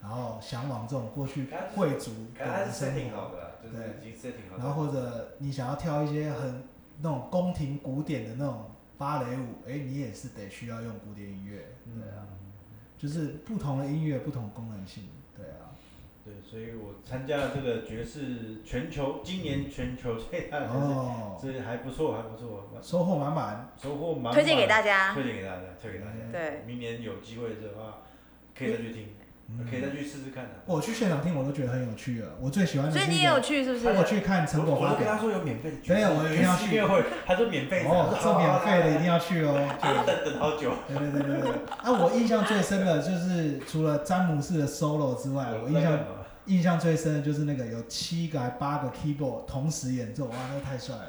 B: 然后向往这种过去贵族
D: 可是它
B: 的
D: 是
B: 生
D: setting
B: 活，
D: 好的啊，就是
B: 对
D: 已经 setting 好的。
B: 然后或者你想要跳一些很那种宫廷古典的那种芭蕾舞，哎，你也是得需要用古典音乐，
D: 嗯
B: 对啊，就是不同的音乐不同功能性，对啊，
D: 对，所以我参加了这个爵士全球今年全球最大的爵士，
B: 哦，
D: 所以还不错，还不错，
B: 收获满满，
D: 收获满满。
C: 推荐给大家。
D: 推荐给大家，推荐给
B: 啊
D: 大家。
C: 对
D: 明年有机会的话，可以再去听，
B: 嗯
D: 可以再去试试看啊的。
B: 我去现场听，我都觉得很有趣了。啊我最喜欢的
C: 所
B: 是
C: 以
B: 那个，
C: 你也有去是不是？
B: 我去看成果
D: 我
B: 发
D: 都跟他
B: 表，
D: 说有免费的爵
B: 对
D: 士
B: 我一定
D: 爵
B: 要
D: 士音
B: 去
D: 乐会，他说免费的，
B: 哦
D: 我，说
B: 这
D: 好
B: 免
D: 好
B: 费的
D: 好
B: 一定要去哦。
D: 好啊等等
B: *laughs*
D: 好久。
B: 对对对对对。啊，我印象最深的就是除了詹姆斯的 solo 之外，我印
D: 在
B: 象
D: 干嘛
B: 印象最深的就是那个有七个还八个 keyboard 同时演奏，哇，那太帅了。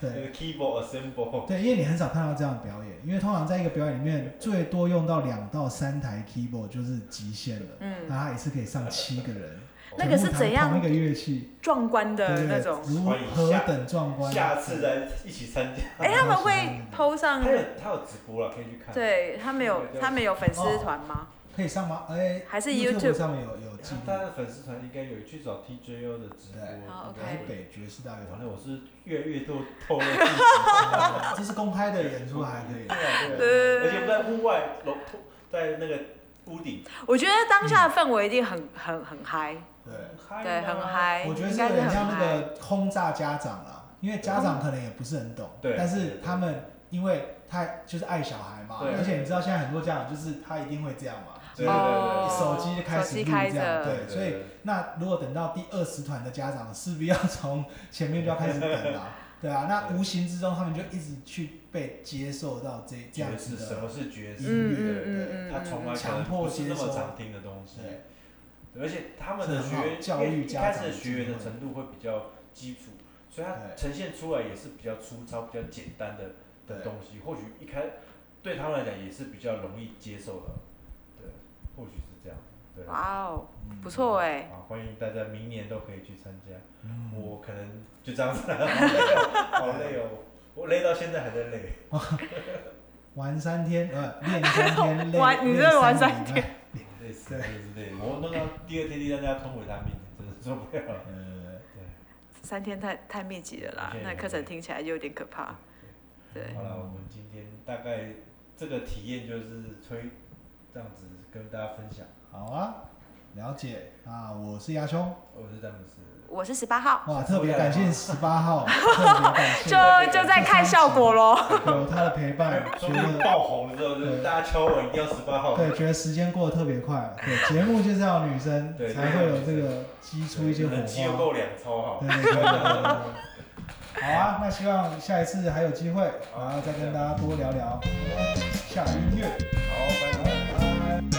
D: 那 *laughs*
B: 对
D: 个 keyboard assemble，
B: 对，因为你很少看到这样的表演，因为通常在一个表演里面最多用到两到三台 keyboard 就是极限了。
C: 嗯，
B: 那他也是可以上七个人，
C: 那个是
B: 全部弹
C: 怎样
B: 同一个乐器
C: 壮观
B: 对
C: 的
B: 对
C: 那
B: 对
C: 种。
B: 如何等壮观？
D: 下次再一起参
C: *laughs*
D: 加。
C: 哎、他们会 PO 上
D: 他，有他有直播了，可以去看。
C: 嗯对他们有他们有粉丝团吗？
B: 可以上吗？哎、
C: 还是
B: YouTube
C: YouTube
B: 上面有有记
D: 他他
B: 录。
D: 的粉丝团应该有去找 TJO 的直播
B: 对
D: 应该
C: 好，OK
B: 台
D: 会
B: 北爵士大乐
D: 完
B: 团，
D: 了，我是越来越多透露自己，
B: 这是公开的 *laughs* 演出，还可以
D: 对。啊对啊，
C: 对
D: 而且不在户外楼，在那个屋顶，
C: 我觉得当下的氛围一定很很很嗨，
B: 对，
D: 很嗨，
C: 对，很，嗨，
B: 啊我觉得
C: 哎应
B: 是
C: 该是
B: 很
C: 很
B: 像那
C: 嗨。
B: 个轰炸家长啦，啊因为家长可能也不是很懂，
D: 对
B: 但是他们因为他就是爱小孩嘛，
D: 对
B: 而且你知道现在很多家长就是他一定会这样嘛，
D: 对
B: 就是
D: 哦
B: 手机就开
C: 手
B: 始
C: 机
B: 录
C: 开
B: 这样，
C: 着
B: 对，所以那如果等到第二十团的家长，势必要从前面就要开始等啦、对啊，那无形之中他们就一直去被接受到这这
D: 爵
B: 样子
D: 士
B: 的，
D: 什么是爵士？
C: 嗯
D: 对
C: 嗯
D: 不
C: 嗯
D: 对
C: 嗯，
D: 他从来可
B: 强
D: 能
B: 迫
D: 不是
B: 接
D: 那么
B: 收
D: 常听的东西。
B: 对，
D: 而且他们的
B: 这很
D: 学
B: 好
D: 员
B: 教育
D: 因为一
B: 家
D: 开始
B: 长
D: 的
B: 的
D: 学
B: 机
D: 员的
B: 会
D: 程度会比较基础，所
B: 对
D: 以它呈现出来也是比较粗糙、比较简单的的
B: 对
D: 东西。或许一开对他们来讲也是比较容易接受的，对，或许是这样。对，
C: 哇哦，
B: 嗯
C: 不错哎，
D: 啊，欢迎大家明年都可以去参加。
B: 嗯
D: 我可能就这样
B: *laughs*
D: 子了，好累哦好累哦，我累到现在还在累。
B: 玩三天，
C: *laughs*
B: 呃，练三天，累
C: 玩你
B: 累
C: 真的玩
B: 三
C: 三
B: 个礼
C: 天
B: 拜
D: 累死了，真的是累了。我弄到第二天第三天要吞维他命，真的受不了。
B: 呃，
D: 对，
C: 三天太太密集了啦
D: 谢，谢
C: 那课程听起来有点可怕。对，
D: 好了，我们今天大概这个体验就是推这样子跟大家分享。
B: 好啊，了解啊，我是牙兄，
D: 我是詹姆斯，
C: 我是十八号，
B: 哇，特别感谢十八号，特别感谢
C: *laughs* 就就在看效果喽。
B: 有他的陪
D: *laughs*
B: 伴，觉
D: 说不定
B: 得
D: 爆红了之后，就是大家敲我一定要十八号。
B: 对，觉得时间过得特别快，
D: *laughs*
B: 对，节目就是要女生
D: 对
B: 才会有这个激出一些火
D: 人气又
B: 花，
D: 够凉，超好。
B: 对对对对对对。好啊，那希望下一次还有机会，然后再跟大家多聊聊下音乐。
D: 好，拜拜。
B: 拜拜